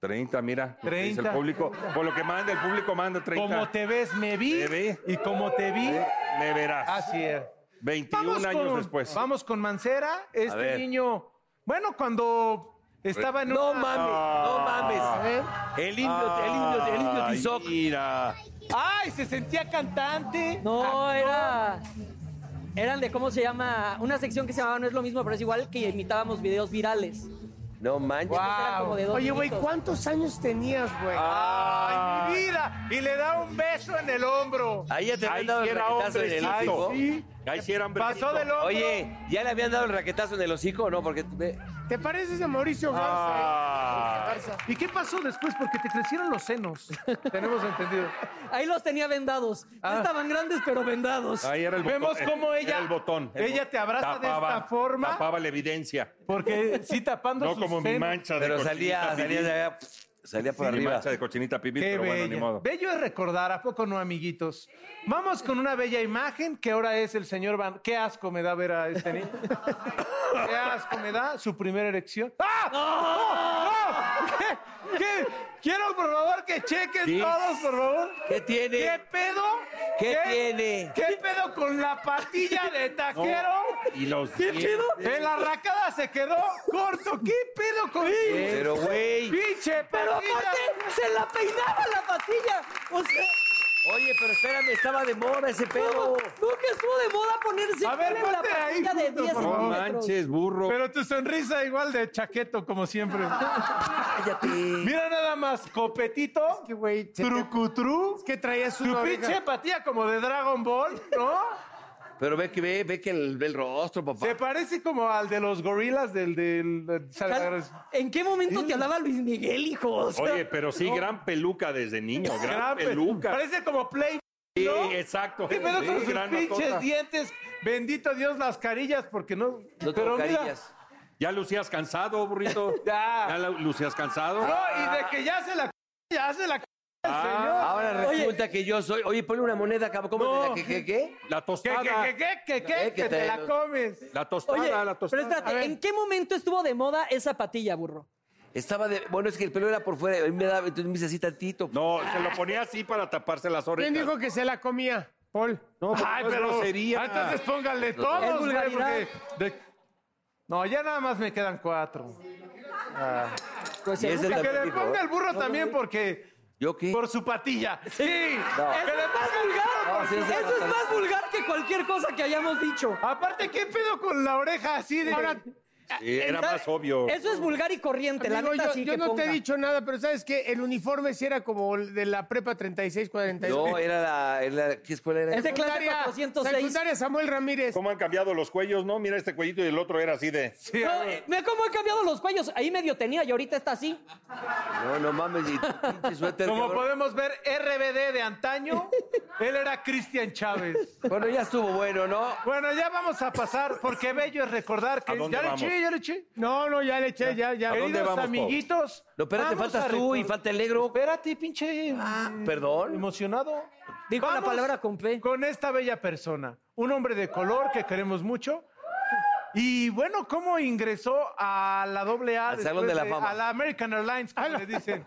D: 30, mira. lo que dice
C: 30.
D: El público. Por lo que manda, el público manda 30.
C: Como te ves, me vi.
D: Me vi.
C: Y como te vi,
D: Me verás.
C: así es.
D: 21 años después.
C: Vamos con Mancera. Este
B: ver.
C: niño, bueno, cuando estaba en
B: No
C: una-
B: mames, no mames.
A: ¿Eh?
B: El indio, el indio, el indio
D: Ah. Ay,
B: Tizoc.
D: Mira.
C: ¡Ay, se sentía cantante! Ah,
E: No, era. Eran de, ¿cómo se llama? Una sección que se llamaba No es lo mismo, pero es igual que imitábamos videos virales.
B: No manches.
E: Eran como de dos
A: Oye, güey,
E: minutos.
A: ¿cuántos años tenías, güey?
D: Ah.
C: ¡Ay, mi vida!
D: Eh,
C: Y le da un beso en el hombro.
B: Ahí ya te
D: Ahí
B: habían dado
D: sí
B: el
D: era
B: raquetazo en el
D: hombrecito.
B: hocico.
D: Ahí sí eran
C: Pasó del hombro.
B: Oye, ¿ya le habían dado el raquetazo en el hocico o no? Porque ve,
A: ¿Te pareces a Mauricio Garza? eh? Garza.
C: ¿Y qué pasó después? Porque te crecieron los senos. Tenemos entendido. Ah.
E: Ahí los tenía vendados. No estaban grandes, pero vendados.
D: Ahí era el botón. eh,
C: Vemos cómo
D: Era
C: ella-
D: el botón. El
C: ella
D: botón.
C: te abraza de esta forma.
D: Tapaba la evidencia.
C: Porque sí tapando
D: No
C: sus
D: como mi
C: senos.
D: mancha de
B: pero
D: cochinita
B: salía,
D: pibil.
B: salía de allá, salía por
D: Sí, mi
B: arriba.
D: mancha de cochinita pibil,
C: Qué
D: pero bueno, ni
C: bella.
D: modo.
C: Bello es recordar, ¿a poco no, amiguitos? Vamos con una bella imagen que ahora es el señor Van. Qué asco me da ver a este niño. Qué asco me da su primera erección. ¡Ah! ¡No! ¡No! ¿Qué? ¿Qué? Quiero, por favor, que chequen
B: Sí.
C: todos, por favor.
B: ¿Qué tiene?
C: ¿Qué pedo?
B: ¿Qué tiene?
C: ¿Qué pedo con la patilla de taquero?
D: Y los
C: ¿Qué pedo? En la racada se quedó corto. ¿Qué pedo con
B: Pero, güey.
C: ¡Pinche
E: Pero
C: patilla!
E: aparte, se la peinaba la patilla. O sea,
B: Oye, pero espérame, estaba de moda ese
E: ¿cómo-
B: pedo.
E: nunca estuvo de moda ponerse
C: A ver,
E: pelo en la
C: ponte ahí,
E: patilla de
C: puto,
E: 10
C: por favor.
D: No
E: centímetros.
D: manches, burro.
C: Pero tu sonrisa igual de chaqueto, como siempre. Mira nada más, copetito,
A: Que, güey, se te-
C: trucutru,
A: es que traías
C: tu
A: una oreja.
C: pinche patilla como de Dragon Ball, ¿no?
B: Pero ve que ve, ve que el, ve el rostro, papá.
C: Se parece como al de los gorilas del... del, del-
E: ¿En qué momento te hablaba Luis Miguel, hijo? O sea,
D: Oye, pero sí,
E: no.
D: gran peluca desde niño, gran,
C: Gran pe-
D: peluca.
C: Parece como Play.
D: Sí,
C: ¿no?
D: exacto.
C: ¿Qué pedo
D: Sí,
C: con sus
D: gran
C: pinches
D: notota.
C: dientes? Bendito Dios, las carillas, porque no...
D: No tengo carillas. Ya lucías cansado, burrito.
C: ya.
D: la- lucías cansado. Ah.
C: No, y de que ya se la... Ya se la...
B: Ahora resulta que yo soy. Oye, ponle una moneda, cabrón. ¿Cómo te la que, que, que?
D: La tostada.
C: ¿Qué, qué, qué, qué, qué?
B: Eh, que
C: Que te
B: te-
C: la comes.
D: La tostada,
E: Oye,
D: la
E: pero
D: tostada.
E: espérate, ¿en qué momento estuvo de moda esa patilla, burro?
B: Estaba de. Bueno, es que el pelo era por fuera. A mí me daba. Entonces me hice así tantito.
D: No, se lo ponía así para taparse las orejas.
A: ¿Quién dijo que se la comía? Paul.
D: No,
C: Ay, pero... Ah, entonces pónganle todos,
A: Es
C: güey,
A: vulgaridad.
C: porque de- No, ya nada más me quedan cuatro. Ah.
B: Pues
C: Y
B: ese
C: que
B: también
C: le
B: dijo,
C: ponga
B: ¿eh?
C: el burro
B: No, no,
C: también
B: no.
C: porque...
B: ¿Yo qué?
C: Por su patilla. Sí.
B: No.
C: Que le ponga el burro por
B: sí,
C: su-
B: ese
E: Eso es más vulgar que cualquier cosa que hayamos dicho. eh,
C: Aparte, ¿qué pedo con la oreja así de...
D: Sí, era
E: Entra-
D: más obvio.
E: Eso es vulgar y corriente, la
A: Amigo,
E: neta
A: yo,
E: sí
A: yo
E: que
A: no te
E: ponga.
A: he dicho nada, pero sabes que el uniforme sí era como el de la prepa 36-42.
B: No, era la, era la- ¿Qué escuela era?
E: Ese clase
A: Secundaria,
E: 406.
A: Secundaria Samuel Ramírez.
D: ¿Cómo han cambiado los cuellos, no? Mira este cuellito y el otro era así de...
E: No, eh, mira cómo han cambiado los cuellos. Ahí medio tenía y ahorita está así.
B: No, no mames. Y tu pinche suéter.
C: Como
B: cabrón.
C: podemos ver, RBD de antaño, él era Cristian Chávez.
B: Bueno, ya estuvo bueno, ¿no?
C: Bueno, ya vamos a pasar, porque bello es recordar que...
D: ¿A dónde
C: ¿Ya le
D: vamos?
C: eché? ¿Ya le eché?
A: No, no, ya le eché, ya, ya.
D: ¿A dónde
C: Queridos
D: vamos, Pau?
C: amiguitos...
B: No, espérate,
C: vamos
B: faltas
C: a
B: tú y
C: recor-
B: falta el negro. Ah,
C: Espérate, pinche...
B: Perdón.
C: Emocionado.
E: Dijo la
C: Vamos
E: palabra con P.
C: Con esta bella persona, un hombre de color que queremos mucho. Y bueno, ¿cómo ingresó a la doble A?
B: Al Salón de la Fama.
C: A la American Airlines, como le dicen.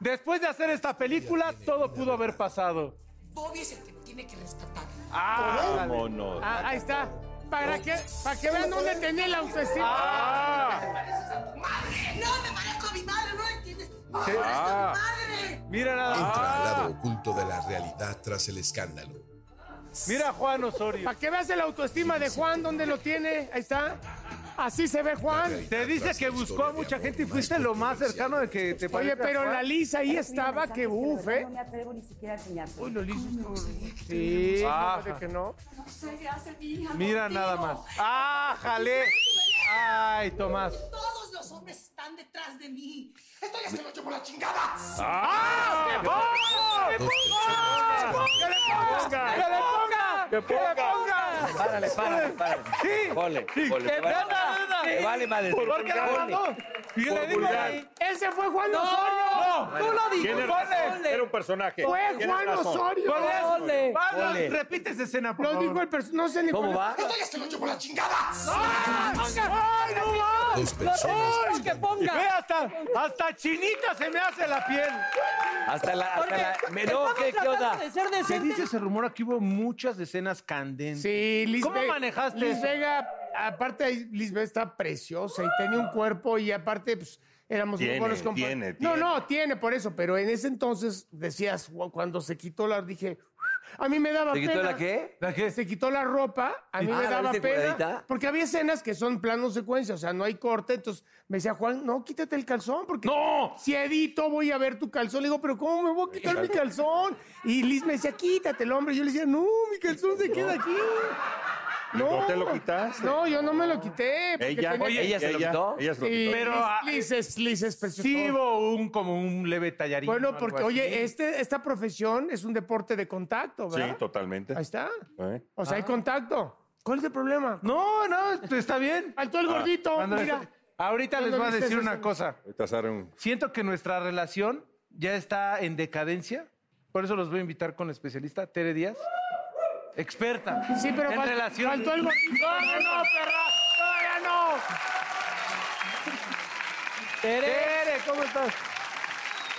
C: Después de hacer esta película, todo pudo haber pasado.
I: Bobby es el que tiene que rescatar.
C: Ah, dale.
D: Vámonos.
A: Ah, ahí está. Para que, para que vean dónde tenía la autoestima.
C: Ah,
I: No, me parezco a mi madre, ¿no entiendes? Me
C: Sí.
I: parezco
D: Ah.
I: a mi madre.
C: mira nada
J: Un traslado
C: más.
J: oculto de la realidad tras el escándalo.
C: Mira a Juan Osorio.
A: Para que veas la autoestima de Juan, dónde lo tiene. Ahí está. Así se ve Juan.
C: Te dice que buscó a mucha gente y fuiste lo más cercano de que te
A: Oye,
C: parezca
A: pero
C: Juan.
A: la Lisa ahí estaba, que buf, ¿eh?
I: me atrevo ni siquiera a enseñarte.
C: Uy, lo liso.
A: Sí,
C: Ajá.
A: de que no.
I: No sé qué hace mi hija.
C: Ah. Mira nada más. ¡Ah, jalé! ¡Ay, Tomás!
I: Todos los hombres están detrás de mí. Esto ya se lo llevo la chingada.
C: ¡Ah! ¡Que ponga! ¡Que ponga! ¡Que le ponga! ¡Que le ponga! ¡Que le ponga!
B: Párale, párale, párale.
C: Sí.
B: Ponle,
C: Sí,
B: ponle.
C: que
B: Te vale
C: ponga,
B: madre.
C: nena.
B: Te vale madre.
C: Porque la
B: Ponle.
C: mandó. Y le digo,
A: Ese fue Juan Osorio.
C: ¡No!
E: ¡Tú lo dijiste!
D: Tiene razón, era un personaje.
A: Fue
D: Tiene
A: Juan
D: razón.
A: Osorio.
C: ¿Cuál
E: Ponle.
C: es? Vamos,
B: Ponle.
C: repite esa escena, por
A: Lo
C: favor.
A: dijo el personaje. No sé ni
B: ¿Cómo
A: cuál-
B: va?
I: Esto ya se lo llevo la chingada.
C: Ah, ¡Ay, no va!
J: Dos personas
E: ¡Ay, que ponga!
C: Ve, hasta, hasta chinita se me hace la piel.
B: Hasta la. Hasta
E: Porque
B: la me, no,
E: estamos
B: ¿qué, ¿qué
E: tratando
B: onda?
E: de ser
C: Se
E: decentes.
C: dice ese rumor aquí hubo muchas escenas candentes.
A: Sí, Liz
C: ¿Cómo
A: Ve-
C: manejaste
A: Liz
C: eso?
A: Vega, aparte, ahí, Liz Vega está preciosa y tenía un cuerpo y aparte, pues, éramos
D: Tiene,
A: muy buenos compa-
D: tiene,
A: No,
D: tiene.
A: no, tiene por eso, pero en ese entonces decías, "Wow", cuando se quitó la, dije, a mí me daba
B: ¿Te quitó
A: pena.
B: la qué?
C: ¿La qué?
A: Se quitó la ropa, a mí
B: Ah,
A: me
B: ¿la
A: daba
B: viste
A: pena.
B: cuadradita?
A: Porque había escenas que son plano secuencia, o sea, no hay corte. Entonces me decía Juan, no, quítate el calzón, porque
C: ¡No!
A: si edito voy a ver tu calzón. Le digo, pero ¿cómo me voy a quitar mi calzón? Y Liz me decía, quítate el hombre. Yo le decía, no, mi calzón se queda aquí.
D: ¿No te lo quitaste?
A: No, yo no me lo quité. porque
D: Ella,
A: tenía-
B: Oye, ¿ella se lo quitó?
D: Ella se lo
A: Sí,
D: quitó.
C: Pero,
A: Liz-
C: ah,
A: Liz es, Liz es preciosa.
C: Sí hubo un, como un leve
D: eh,
C: tallarín. o
A: Bueno,
C: algo
A: porque,
C: así.
A: oye, este, esta profesión es un deporte de contacto,
D: Sí,
A: ¿verdad?
D: totalmente.
A: Ahí está.
D: ¿Eh?
A: O sea, hay contacto. ¿Cuál es el problema?
C: Ah. No, no, está bien. Ah,
A: Faltó el gordito,
C: Cuando-
A: mira.
C: Ahorita les
A: Cuando
C: voy a
A: dices
C: decir
A: eso,
C: una
A: no.
C: cosa.
D: Ahorita sale un-
C: Siento que nuestra relación ya está en decadencia. Por eso los voy a invitar con la especialista, Tere Díaz. Experta.
A: Sí, pero
C: en
A: fal-
C: relación.
A: faltó el gordito.
C: ¡No, no, no, perra! ¡Todavía no! Tere, ¿cómo estás?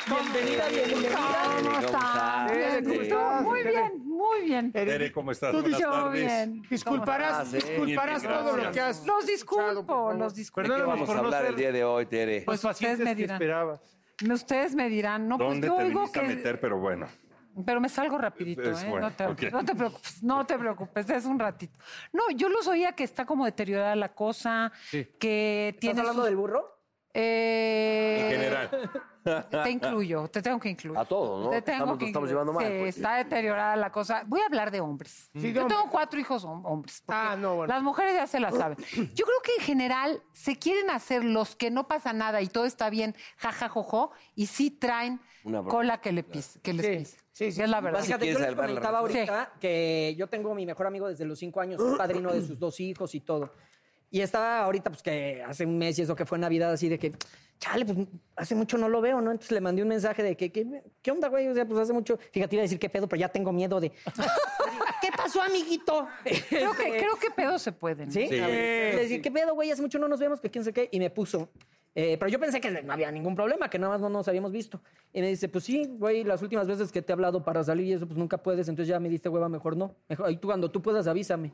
E: Bienvenida, bienvenida.
B: ¿Cómo está?
C: ¿cómo estás?
K: Muy
C: Tere.
K: bien, muy bien.
D: Tere, ¿cómo estás?
A: Tú
D: Buenas
A: dices-
K: Yo
D: tardes.
K: bien.
A: Disculparás,
B: ¿Cómo estás, eh?
A: disculparás
D: Bien,
A: todo lo
D: gracias.
A: que has.
K: Los disculpo, los
B: ¿De
K: disculpo.
B: qué
C: Perdónanos
B: vamos
C: por
B: a
C: no
B: hablar
C: ser-
B: el día de hoy, Tere?
C: Los
K: Pues ustedes
C: pacientes
K: me
C: que
K: dirán.
C: esperabas.
K: Ustedes me dirán, no, pues
D: ¿Dónde
K: yo
D: te
K: oigo
D: viniste
K: que...
D: a meter? Pero bueno.
K: Pero me salgo rapidito,
D: Es
K: ¿eh?
D: bueno,
K: no, te,
D: ok.
K: no te preocupes, no te preocupes, es un ratito. No, yo los oía que está como deteriorada la cosa,
C: Sí.
K: que
E: ¿Estás
K: tiene
E: hablando
K: sus-
E: del burro?
K: Eh,
D: En general.
K: Te incluyo, te tengo que incluir.
B: A todos, ¿no?
K: Te tengo
B: Estamos-
K: que
B: nos estamos
K: incluir.
B: llevando mal,
K: Sí,
B: pues.
K: está deteriorada la cosa. Voy a hablar de hombres.
B: Sí, de
K: Yo
B: hombres.
K: tengo cuatro hijos hom- hombres. Ah, no, Las mujeres ya se las saben. Yo creo que en general se quieren hacer los que no pasa nada y todo está bien, jajajojo, y sí traen
B: Una bronca.
K: cola que, le pis- que les pise. es la verdad.
E: Fíjate, yo les comentaba
K: Sí.
E: ahorita que yo tengo a mi mejor amigo desde los cinco años, es padrino de sus dos hijos y todo. Y estaba ahorita, pues que hace un mes y eso que fue Navidad, así de que, chale, pues hace mucho no lo veo, ¿no? Entonces le mandé un mensaje de que, que, ¿qué onda, güey? O sea, pues hace mucho. Fíjate, iba a decir qué pedo, pero ya tengo miedo de. ¿Qué pasó, amiguito?
K: Creo que, creo que pedo se pueden.
E: ¿Sí? A ver, Le dije, ¿qué pedo, güey? Hace mucho no nos vemos, que quién sé qué. Y me puso. eh, pero yo pensé que no había ningún problema, que nada más no nos habíamos visto. Y me dice, pues sí, güey, las últimas veces que te he hablado para salir y eso, pues nunca puedes, entonces ya me diste hueva, mejor no. Mejor, y tú cuando tú puedas, avísame.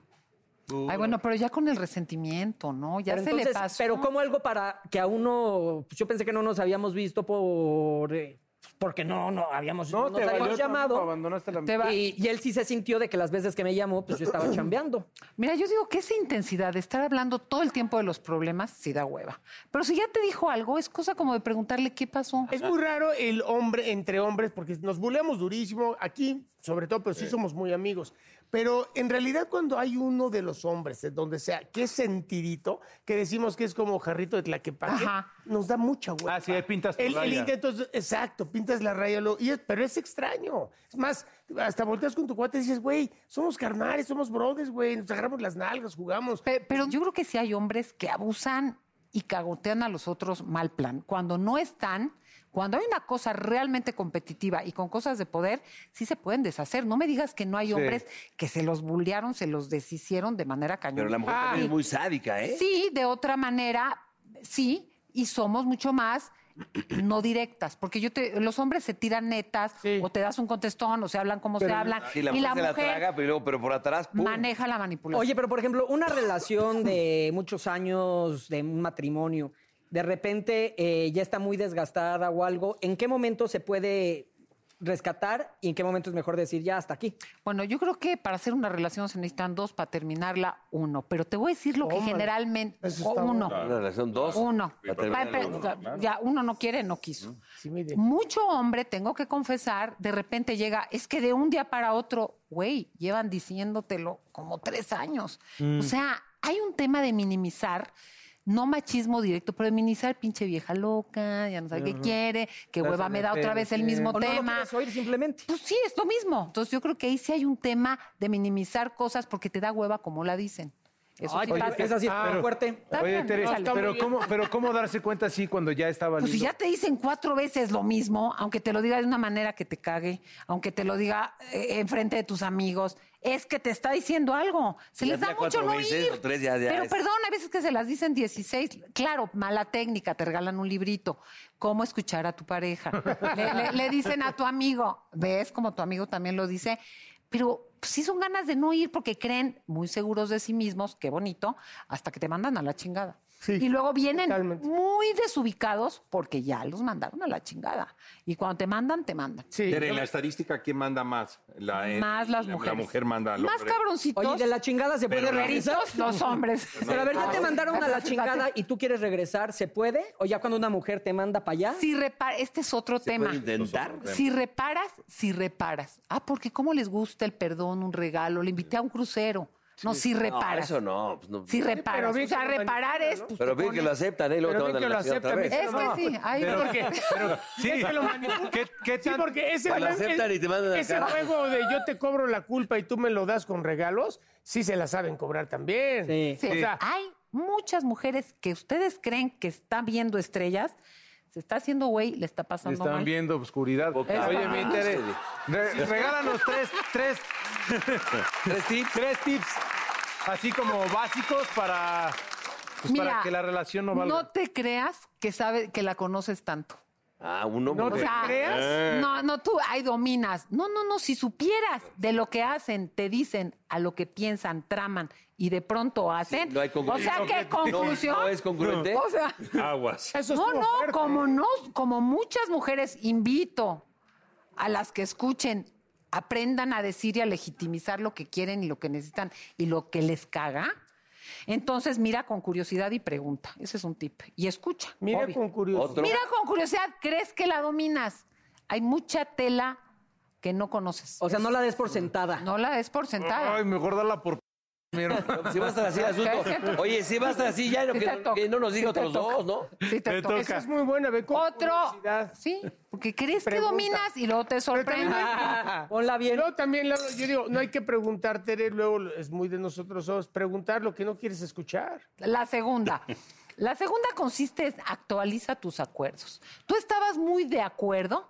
K: Ay, bueno, pero ya con el resentimiento, ¿no? Ya
E: pero
K: se le
E: entonces,
K: pasó.
E: Pero como algo para que a uno, pues yo pensé que no nos habíamos visto por... eh, porque no, no habíamos, no, nos
C: te valió
E: habíamos
C: tu amigo,
E: llamado.
C: abandonaste la
E: Te va- Y, y él sí se sintió de que las veces que me llamó, pues yo estaba chambeando.
K: Mira, yo digo que esa intensidad de estar hablando todo el tiempo de los problemas sí da hueva. Pero si ya te dijo algo, es cosa como de preguntarle qué pasó.
A: Es muy raro el hombre entre hombres porque nos buleamos durísimo aquí, sobre todo, pero sí, somos muy amigos. Pero en realidad cuando hay uno de los hombres, en donde sea, qué sentirito, que decimos que es como jarrito de tlaquepaque, nos da mucha hueva.
C: Así ahí Ah, pintas tu
A: El, el
C: raya.
A: intento es, exacto, pintas la raya, lo- y es- pero es extraño. Es más, hasta volteas con tu cuate y dices, güey, somos carnales, somos brothers, güey, nos agarramos las nalgas, jugamos.
K: Pe- Pero, yo creo que sí hay hombres que abusan y cagotean a los otros mal plan. Cuando no están, cuando hay una cosa realmente competitiva y con cosas de poder, sí se pueden deshacer. No me digas que no hay
B: Sí.
K: hombres que se los bullearon, se los deshicieron de manera cañona.
B: Pero la mujer también es muy sádica, ¿eh?
K: Sí, de otra manera, sí, y somos mucho más no directas, porque yo te- los hombres se tiran netas o te das un contestón o se hablan como se
E: Pero-
K: hablan
B: Sí, la mujer
K: y la
B: se la
K: mujer
B: traga, pero, luego- pero por atrás, ¡pum!
K: maneja la manipulación.
E: Oye, pero por ejemplo, una relación de muchos años, de un matrimonio, de repente eh, ya está muy desgastada o algo, ¿en qué momento se puede rescatar y en qué momento es mejor decir ya hasta aquí?
K: Bueno, yo creo que para hacer una relación se necesitan dos, para terminarla uno. Pero te voy a decir lo que
B: Tómala.
K: generalmente.
B: Eso
K: o
B: está
K: Oh, uno.
B: bueno. Una relación dos.
K: Uno.
B: Para terminar
K: Pa- pa-
B: uno,
K: ya-
B: claro.
K: Ya, uno no quiere, no quiso. Mucho hombre, tengo que confesar, de repente llega, es que de un día para otro, güey, llevan diciéndotelo como tres años.
L: Mm.
K: O sea, hay un tema de minimizar. No machismo directo, pero de minimizar pinche vieja loca, ya no sabe qué
E: Ajá.
K: quiere, que
E: Vas
K: hueva
E: a
K: me da
E: meter,
K: otra vez el
E: sí.
K: mismo
E: O no lo
K: tema.
E: quieres oír simplemente.
K: Pues sí, es lo mismo. Entonces yo creo que ahí sí hay un tema de minimizar cosas porque te da hueva como la dicen. Eso sí
C: Oye,
K: pasa.
C: pero- pero- Oye, Tere, pero ¿cómo, pero ¿cómo darse cuenta así cuando ya estaba
K: Pues si
C: lindo?
K: ya te dicen cuatro veces lo mismo, aunque te lo diga de una manera que te cague, aunque te lo diga eh, enfrente de tus amigos, es que te está diciendo algo. Se
B: Ya
K: les da
B: sea
K: mucho
B: cuatro
K: no
B: veces
K: ir.
B: o tres, ya- ya
K: Pero
B: es-
K: perdón, a veces que se las dicen 16. Claro, mala técnica, te regalan un librito. ¿Cómo escuchar a tu pareja? le, le- le dicen a tu amigo, ves como tu amigo también lo dice, pero pues, sí son ganas de no ir porque creen muy seguros de sí mismos, qué bonito, hasta que te mandan a la chingada. y luego vienen muy desubicados porque ya los mandaron a la chingada. Y cuando te mandan, te mandan.
D: Tere, en la estadística, ¿quién manda más? La,
K: Más las
D: la- La
K: mujeres.
D: mujer manda al
K: Más
D: hombre.
K: cabroncitos.
E: Oye, de la chingada se
D: Pero
E: puede
D: la-
E: regresar.
K: los hombres.
E: Pero a ver, ya
K: Ah,
E: te
K: sí.
E: mandaron a la
K: Fíjate.
E: chingada y tú quieres regresar, ¿se puede? ¿O ya cuando una mujer te manda para allá?
K: Si repara, este es otro tema.
E: puede intentar? Otro tema.
K: Si reparas, si reparas. Ah, porque cómo les gusta el perdón, un regalo, le invité a un crucero. No, si
B: No,
K: reparas.
B: eso no. pues no.
K: Si reparas.
B: bien
K: o sea,
B: que lo
K: reparar es. pues,
B: Pero
K: te
B: bien que lo
K: pones-
B: aceptan, ¿eh? Y Luego
K: Pero
B: te
K: bien
B: mandan
K: que
B: a la
K: lo
B: ciudad otra
K: aceptan,
B: vez.
K: es que No, sí, ahí
C: pero,
K: no. porque-
C: pero- sí,
A: Es que lo manipulan.
C: ¿Qué, qué
A: Sí,
C: tan-
A: porque ese,
B: Te lo
A: juego-
B: aceptan
A: el-
B: y te mandan a
A: ese
B: casa.
A: juego de yo te cobro la culpa y tú me lo das con regalos, sí se la saben cobrar también.
K: Sí.
A: O sea,
K: hay muchas mujeres que ustedes creen que están viendo estrellas. Se está haciendo güey, le está
C: Le
K: pasando
C: Están
K: mal.
C: viendo obscuridad.
K: Está
C: Oye,
K: mal.
C: mi Tere, re- regálanos tres, tres,
B: tres tips.
C: Tres tips. Así como básicos para, pues,
K: Mira,
C: para que la relación no valga.
K: No te creas que sabe que la conoces tanto.
B: Ah, un hombre. Eh.
K: O sea, No, no, tú ahí dominas. No, no, no. Si supieras de lo que hacen, te dicen, a lo que piensan, traman y de pronto hacen.
B: No hay congruencia.
K: O sea, ¿qué conclusión?
B: No, no es congruente.
K: O sea,
D: Aguas.
K: no, no, como no, como muchas mujeres invito a las que escuchen, aprendan a decir y a legitimizar lo que quieren y lo que necesitan y lo que les caga. Entonces mira con curiosidad y pregunta. Ese es un tip. Y escucha.
A: Mira
K: obvio.
A: con curiosidad.
K: Mira con curiosidad, crees que la dominas. Hay mucha tela que no conoces. O sea, no la des por sentada. No la des por sentada.
C: Ay, mejor darla por... Mira.
B: Si va a estar así el asunto. Oye, si va a estar así, ya lo
K: Sí
B: que,
K: te toca.
B: que no nos diga
K: Sí te
B: otros
K: toca.
B: dos, ¿no?
K: Sí,
C: Eh,
K: te Te toca. toca.
A: Esa es muy buena, ve con
K: Otro.
A: curiosidad.
K: Sí, porque crees que dominas y luego te sorprende.
A: Ponla bien. No, también, la- yo digo, no hay que preguntar, Tere, luego es muy de nosotros dos, preguntar lo que no quieres escuchar.
K: La segunda. La segunda consiste en actualiza tus acuerdos. Tú estabas muy de acuerdo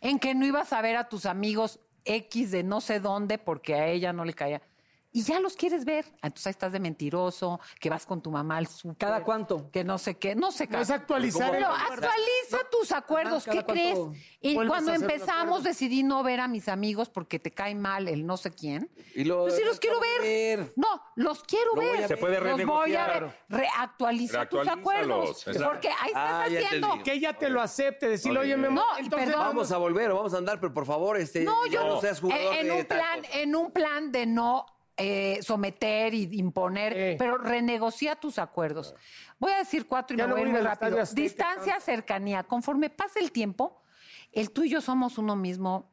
K: en que no ibas a ver a tus amigos X de no sé dónde porque a ella no le caía. Y ya los quieres ver. Ah, Entonces ahí estás de mentiroso, que vas con tu mamá al súper. ¿Cada cuánto? Que no sé qué, no sé
A: No es actualizar
K: Pero
A: el acuerdo.
K: actualiza tus acuerdos.
A: Ajá,
K: ¿Qué
A: cada
K: crees?
A: cuánto
K: Y
A: vuelves a
K: cuando
A: hacer un
K: empezamos
A: acuerdo.
K: decidí no ver a mis amigos porque te cae mal el no sé quién.
B: Y lo-
K: Pues sí los quiero ver. No, los quiero
B: Lo voy a
K: ver.
B: Se puede
K: Los voy a
B: renegociar.
K: ver. Reactualiza tus
B: Reactualízalos,
K: acuerdos.
B: exacto.
K: Porque ahí estás
B: Ah, ya
K: haciendo.
B: entendí.
A: Que ella te lo acepte, decirle,
B: Oye.
A: oye, mi amor,
K: No, y perdón.
B: Vamos a volver o vamos a andar, pero por favor, este,
K: No, yo
B: no seas jugador
K: en, en
B: de
K: un plan,
B: tacos.
K: en un plan de no eh, someter y imponer, pero renegocia tus acuerdos. Voy a decir cuatro y
A: Ya
K: me
A: no
K: voy a ir
A: voy
K: muy
A: al
K: rápido.
A: Estadio Azteca,
K: Distancia, cercanía. Conforme pasa el tiempo, el tú y yo somos uno mismo.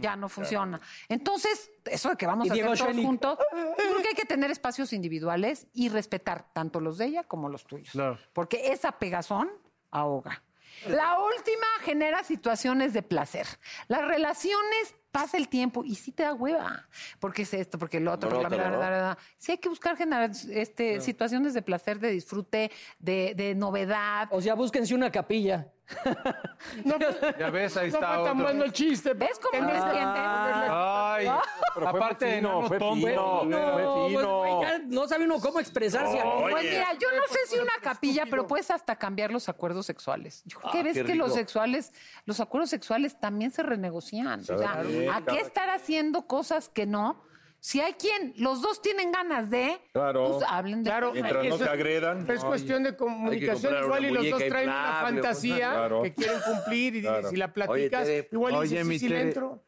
K: Ya no funciona. Entonces, eso de que vamos
E: Y
K: a
E: Diego
K: hacer todos
E: Schoening.
K: juntos, yo creo que hay que tener espacios individuales y respetar tanto los de ella como los tuyos. Porque esa pegazón ahoga. La última genera situaciones de placer. Las relaciones pasa el tiempo y sí te da hueva. Porque es esto, porque lo otro, porque la
E: Monótono,
K: verdad,
E: ¿no?
K: verdad, verdad. Sí hay que buscar generar este, situaciones de placer, de disfrute, de, de novedad. O sea, búsquense una capilla.
C: Ya ves, ahí
A: No
C: está
A: fue tan
C: otro.
A: bueno el chiste. Ah.
K: ¿Ves cómo
A: Tenías
K: me
A: que
K: sienten?
E: Ah,
A: ponerle-
C: Ay,
A: Pero fue
C: aparte de
A: fino,
C: no,
A: fue
C: tonto,
A: fino,
C: fue
E: pues,
C: fino.
E: güey, ya no sabe uno cómo expresarse.
K: Pues mira, yo no sé si una capilla, pero puedes hasta cambiar los acuerdos sexuales. Yo creo que
E: Ah,
K: ves
E: qué
K: que los
E: rico.
K: sexuales, los acuerdos sexuales también se renegocian. O sea,
E: Claro.
K: ¿a qué estar haciendo cosas que no? Si hay quien, los dos tienen ganas de,
D: Claro.
K: pues hablen de
D: Claro. Mientras no
A: Eso
D: te
A: es-
D: agredan.
A: pero es
D: No,
A: cuestión de comunicación.
D: comprar
A: Igual
D: una
A: y los dos
D: muñeca
A: traen una
D: inflable, pues,
A: fantasía
D: claro.
A: que quieren cumplir. Y dices,
C: Claro.
A: si la
C: Oye,
A: platicas,
C: Tere,
A: igual y
C: oye,
A: dices,
C: mi
A: sí, sí, le
C: Tere.
A: entro.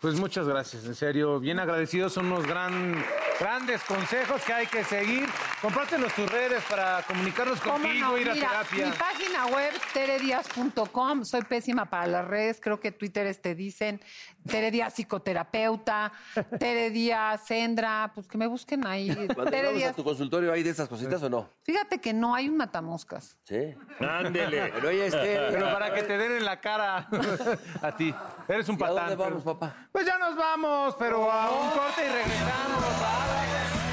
C: Pues muchas gracias, en serio. Bien agradecidos, son unos gran, grandes consejos que hay que seguir. Compártenos tus redes para comunicarnos
K: ¿Cómo
C: contigo,
K: no?
C: ir a
K: Mira, Mi
C: terapia.
K: página web, teredias.com. Soy pésima para las redes. Creo que Twitter te dicen Tere Díaz psicoterapeuta, Tere Díaz Sendra. Pues que me busquen ahí.
B: Cuando
K: Tere
B: vamos a
K: Díaz.
B: tu consultorio, ¿hay de esas cositas o no?
K: Fíjate que no hay un matamoscas.
B: Sí.
C: Ándele.
B: Pero oye, este.
C: Pero para que te den en la cara a ti. Eres un patán.
B: dónde
C: pero-
B: vamos, papá?
C: Pues ya nos vamos, pero a un corte y regresamos.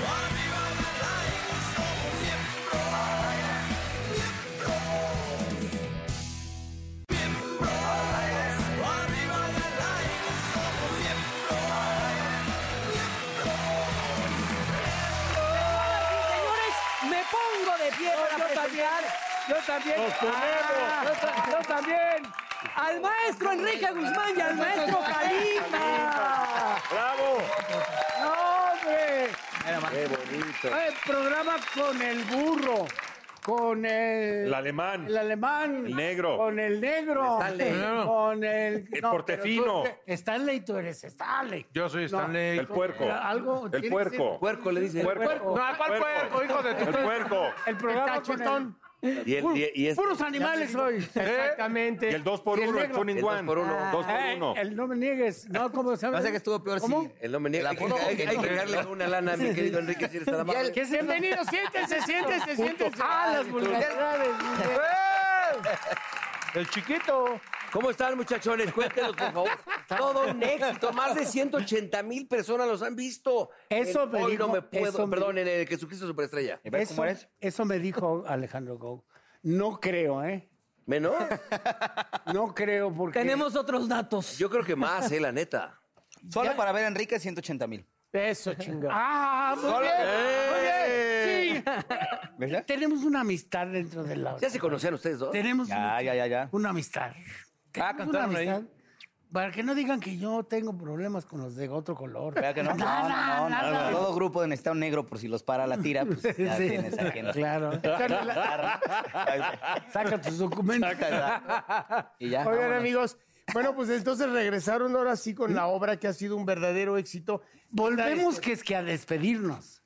E: Señores, me pongo de pie para presentar. Yo también. Ah, yo, ta- yo también. Al maestro Enrique Guzmán y al maestro Calima.
D: ¡Bravo!
A: ¡No, hombre!
D: ¡Qué bonito!
A: El programa con el burro, con el...
D: El alemán.
A: El alemán.
D: El negro.
A: Con el negro.
D: Stanley.
A: Con el...
D: El
A: no,
D: portefino.
A: pero tú- Stanley, tú eres Stanley.
C: Yo soy
A: No.
C: Stanley. Eh,
D: El puerco.
A: Algo tiene
D: El
A: que
D: puerco.
A: ser- Puerco le dicen.
D: El puerco.
A: No, ¿cuál puerco, hijo de tu-
D: El puerco.
A: El programa con el...
B: Y el- y- y este-
A: Puros animales hoy. Exactamente.
D: ¿Eh? Y el dos por
A: Y
D: uno, el
A: negro.
D: two in El dos one. por uno,
K: Ah.
D: dos por
A: Eh,
D: uno.
A: El no me niegues. No, ¿cómo se llama?
B: Pasa que estuvo peor
A: ¿Cómo?
B: si el hombre niega. Hay, que- hay, hay que darle una lana a mi querido Enrique si eres tan amable.
A: Bienvenidos, siéntense, siéntense, siéntense.
B: Ah, las
A: vulgaridades.
C: ¡Eh! El chiquito.
B: ¿Cómo están, muchachones? Cuéntenos, por favor. Todo un éxito. Más de 180 mil personas los han visto.
L: Eso
B: En
L: me
B: Hoy
L: dijo,
B: no me puedo.
L: eso me
B: perdón, en el Jesucristo Superestrella.
L: Eso, eso me dijo Alejandro Gou. No creo, ¿eh?
B: ¿Menos?
L: No creo porque...
E: otros datos.
B: Yo creo que más, eh, la neta.
M: Solo para ver a Enrique, 180 mil.
A: Eso, chingada. Ah, muy
M: Solo-
A: bien.
M: ¡Eh!
A: Muy bien. Sí.
L: Tenemos una amistad dentro de la...
B: ¿Ya se conocían ustedes dos?
L: Tenemos
M: Ya,
L: una,
M: ya, ya, ya.
L: una amistad.
E: Ah,
L: Tenemos una
M: cantaron ahí.
L: amistad. Para que no digan que yo tengo problemas con los de otro color.
M: Vea que no. No, no,
L: Nada,
M: no, no,
L: nada.
M: no. Todo grupo necesita un negro por si los para la tira, pues ya
L: Sí.
M: tienes a quien-
L: Claro. Saca tus documentos.
M: Y ya.
A: Oigan,
M: vámonos.
A: amigos. Bueno, pues entonces regresaron ahora sí con la obra que ha sido un verdadero éxito.
L: Volvemos que es que a despedirnos.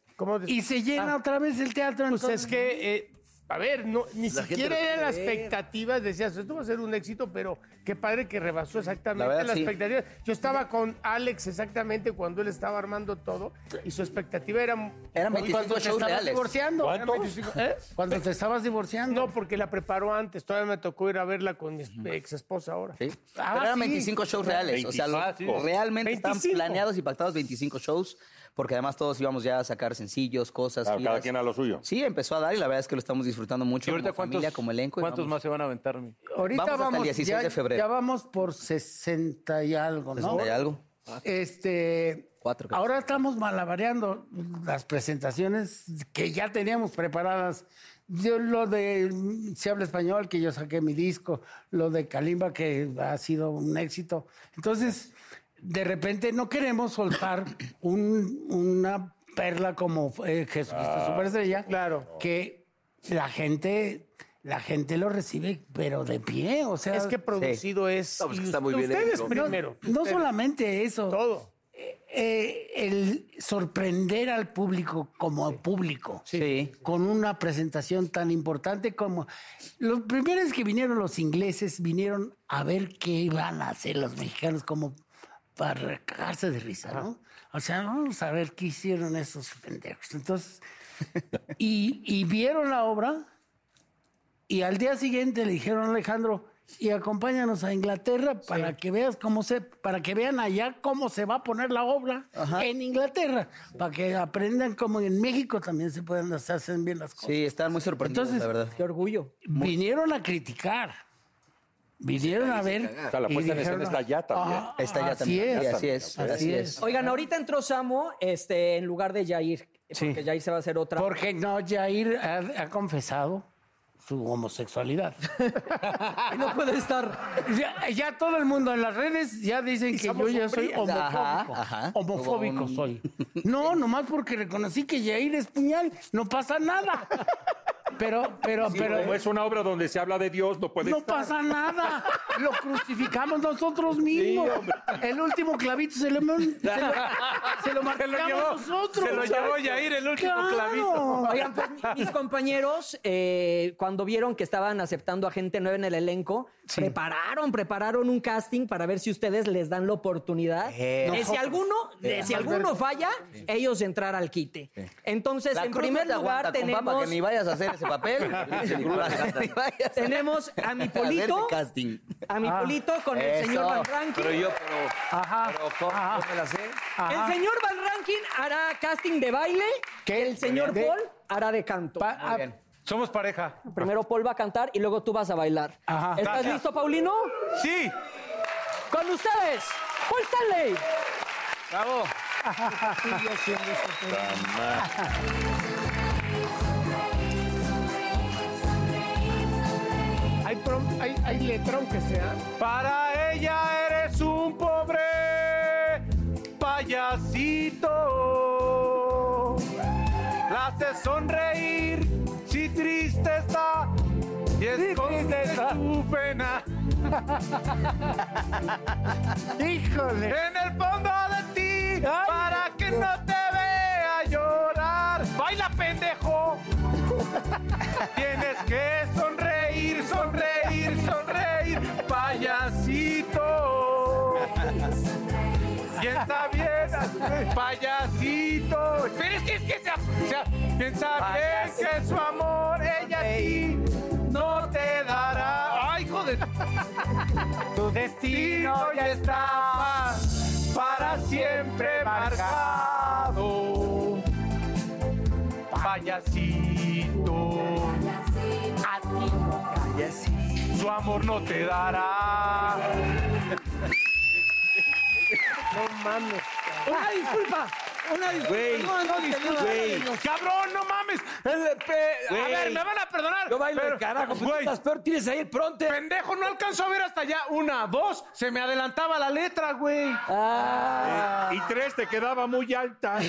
L: Y se llena otra vez el teatro.
A: Ah. Pues es
L: entonces.
A: que, eh, a ver, no, ni
L: La gente
A: siquiera
L: lo
A: era la
L: quiere ver.
A: expectativa. Decías, esto va a ser un éxito, pero qué padre que rebasó exactamente
M: La
A: la,
M: verdad, sí.
A: expectativa. Yo estaba con Alex exactamente cuando él estaba armando todo y su expectativa era.
M: Eran 25
A: cuando te
M: shows
A: estabas
M: reales.
A: divorciando. eran
L: ¿Cuántos?
A: 25, ¿eh?
L: Cuando te estabas divorciando.
A: No, porque la preparó antes. Todavía me tocó ir a verla con mi ex esposa ahora. Ah,
L: Ah,
M: Pero eran 25 shows reales. O sea, lo- realmente estaban
A: 25.
M: planeados y pactados 25 shows, porque además todos íbamos ya a sacar sencillos, cosas.
D: Claro, cada quien
M: a lo suyo. Sí, empezó a dar y la verdad es que lo estamos disfrutando mucho
C: ¿Y ahorita
M: como familia,
C: cuántos-
M: como elenco. y
C: ¿Cuántos
M: vamos-
C: más se van a aventar, mi?
L: Ahorita
M: vamos
L: vamos,
M: hasta el 16
L: ya,
M: de febrero.
L: Ya vamos por 60 y algo, ¿no?
M: 60 y algo.
L: Este, ahora estamos malabareando las presentaciones que ya teníamos preparadas. Yo lo de mm, Se habla español, que yo saqué mi disco, lo de Kalimba, que ha sido un éxito. Entonces, de repente no queremos soltar un- una perla como eh, Jesucristo
A: Ah,
L: Superestrella, claro. que la gente, la gente lo recibe, pero de pie. O sea,
A: Es que producido es.
L: No, pues que
A: y
L: está muy bien
A: ustedes
L: hecho.
A: primero.
L: No, no
A: ustedes.
L: solamente eso. Todo. el sorprender al público como público. Con una presentación tan importante como. Los primeros que vinieron los ingleses vinieron a ver qué iban a hacer los mexicanos como para cagarse de risa, ¿no? O sea, vamos a ver qué hicieron esos pendejos. Entonces, y, y vieron la obra y al día siguiente le dijeron a Alejandro, y acompáñanos a Inglaterra para que veas cómo se, para que vean allá cómo se va a poner la obra en Inglaterra, para que aprendan cómo en México también se pueden hacer hacen bien las cosas.
M: Sí, estaban muy sorprendidos,
L: Entonces,
M: la verdad.
L: qué orgullo. Vinieron a criticar. Vinieron a ver.
D: O sea, la
L: y
D: puesta en escena
L: dijeron,
D: está allá también.
L: "Ah, así es, así es.
E: Oigan, ahorita entró Samo este, en lugar de Jair, porque Jair se va a hacer otra.
L: Porque no, Jair ha, ha confesado su homosexualidad. no puede estar. Ya, ya todo el mundo en las redes ya dicen que yo
M: somos
L: ya soy
M: sombríos.
L: homofóbico.
M: Ajá, ajá.
L: Homofóbico
M: Hubo un-
L: soy. No, nomás porque reconocí que Jair es puñal, no pasa nada. Pero, pero,
D: Sí,
L: pero.
D: como es una obra donde se habla de Dios, no puede
L: No
D: estar.
L: pasa nada. Lo crucificamos nosotros mismos. el último clavito se lo, se lo, se lo
C: Se lo
L: marcamos
C: llevó-
L: nosotros.
C: se lo llevó Yair, el último clavito.
E: Oigan, pues, mi- mis compañeros, eh, cuando vieron que estaban aceptando a gente nueva en el elenco, prepararon, prepararon un casting para ver si ustedes les dan la oportunidad.
M: Eh,
E: de si
M: nosotros.
E: alguno, de
M: Eh,
E: si alguno falla, ellos entrar al quite. Entonces,
M: La
E: en
M: cruz
E: primer
M: no te
E: lugar
M: aguanta, compa,
E: tenemos.
M: para que ni vayas a hacer ese papel. Sí, para que ni vayas a-
E: tenemos a mi
M: hacer ese
E: polito.
M: casting.
E: A mi Polito con el señor Van Ranking.
B: Pero yo, pero.
L: Ah, Ajá.
B: Pero, ¿cómo, cómo me la sé?
L: Ah.
E: El señor Van Rankin hará casting de baile. El señor Paul hará de canto.
L: ah,
E: Muy bien.
C: Somos pareja.
E: Primero Paul va a cantar y luego tú vas a bailar. ¿Estás
C: Gracias.
E: listo, Paulino?
C: Sí.
E: Con ustedes, Paul Stanley.
C: Bravo.
A: Hay, prom- hay, hay letra, aunque sea.
C: Para ella eres un pobre payasito. La haces sonreír si triste está y esconde tu pena.
L: Híjole.
C: En el fondo de ti para que no te vea llorar. Baila pendejo. Tienes que sonreír, sonreír, sonreír, payasito. Piensa bien, payasito. Pero es que es que sea, sea, piensa bien que su amor ella a ti no te dará. Ay, joder. Tu destino ya está para siempre marcado. Payasito. Su amor no te dará.
A: No mames.
E: Una disculpa. Una disculpa.
C: Güey,
E: No, no, disculpa.
C: güey. Cabrón, no mames. Eh, pe- A
B: Güey.
C: ver, me van a perdonar.
B: Yo bailo de carajo, pero tú estás
C: peor, tienes ahí el pronto. Pendejo, no alcanzó a ver hasta allá. Una, dos, se me adelantaba la letra, güey.
D: Eh, Y tres te quedaba muy alta.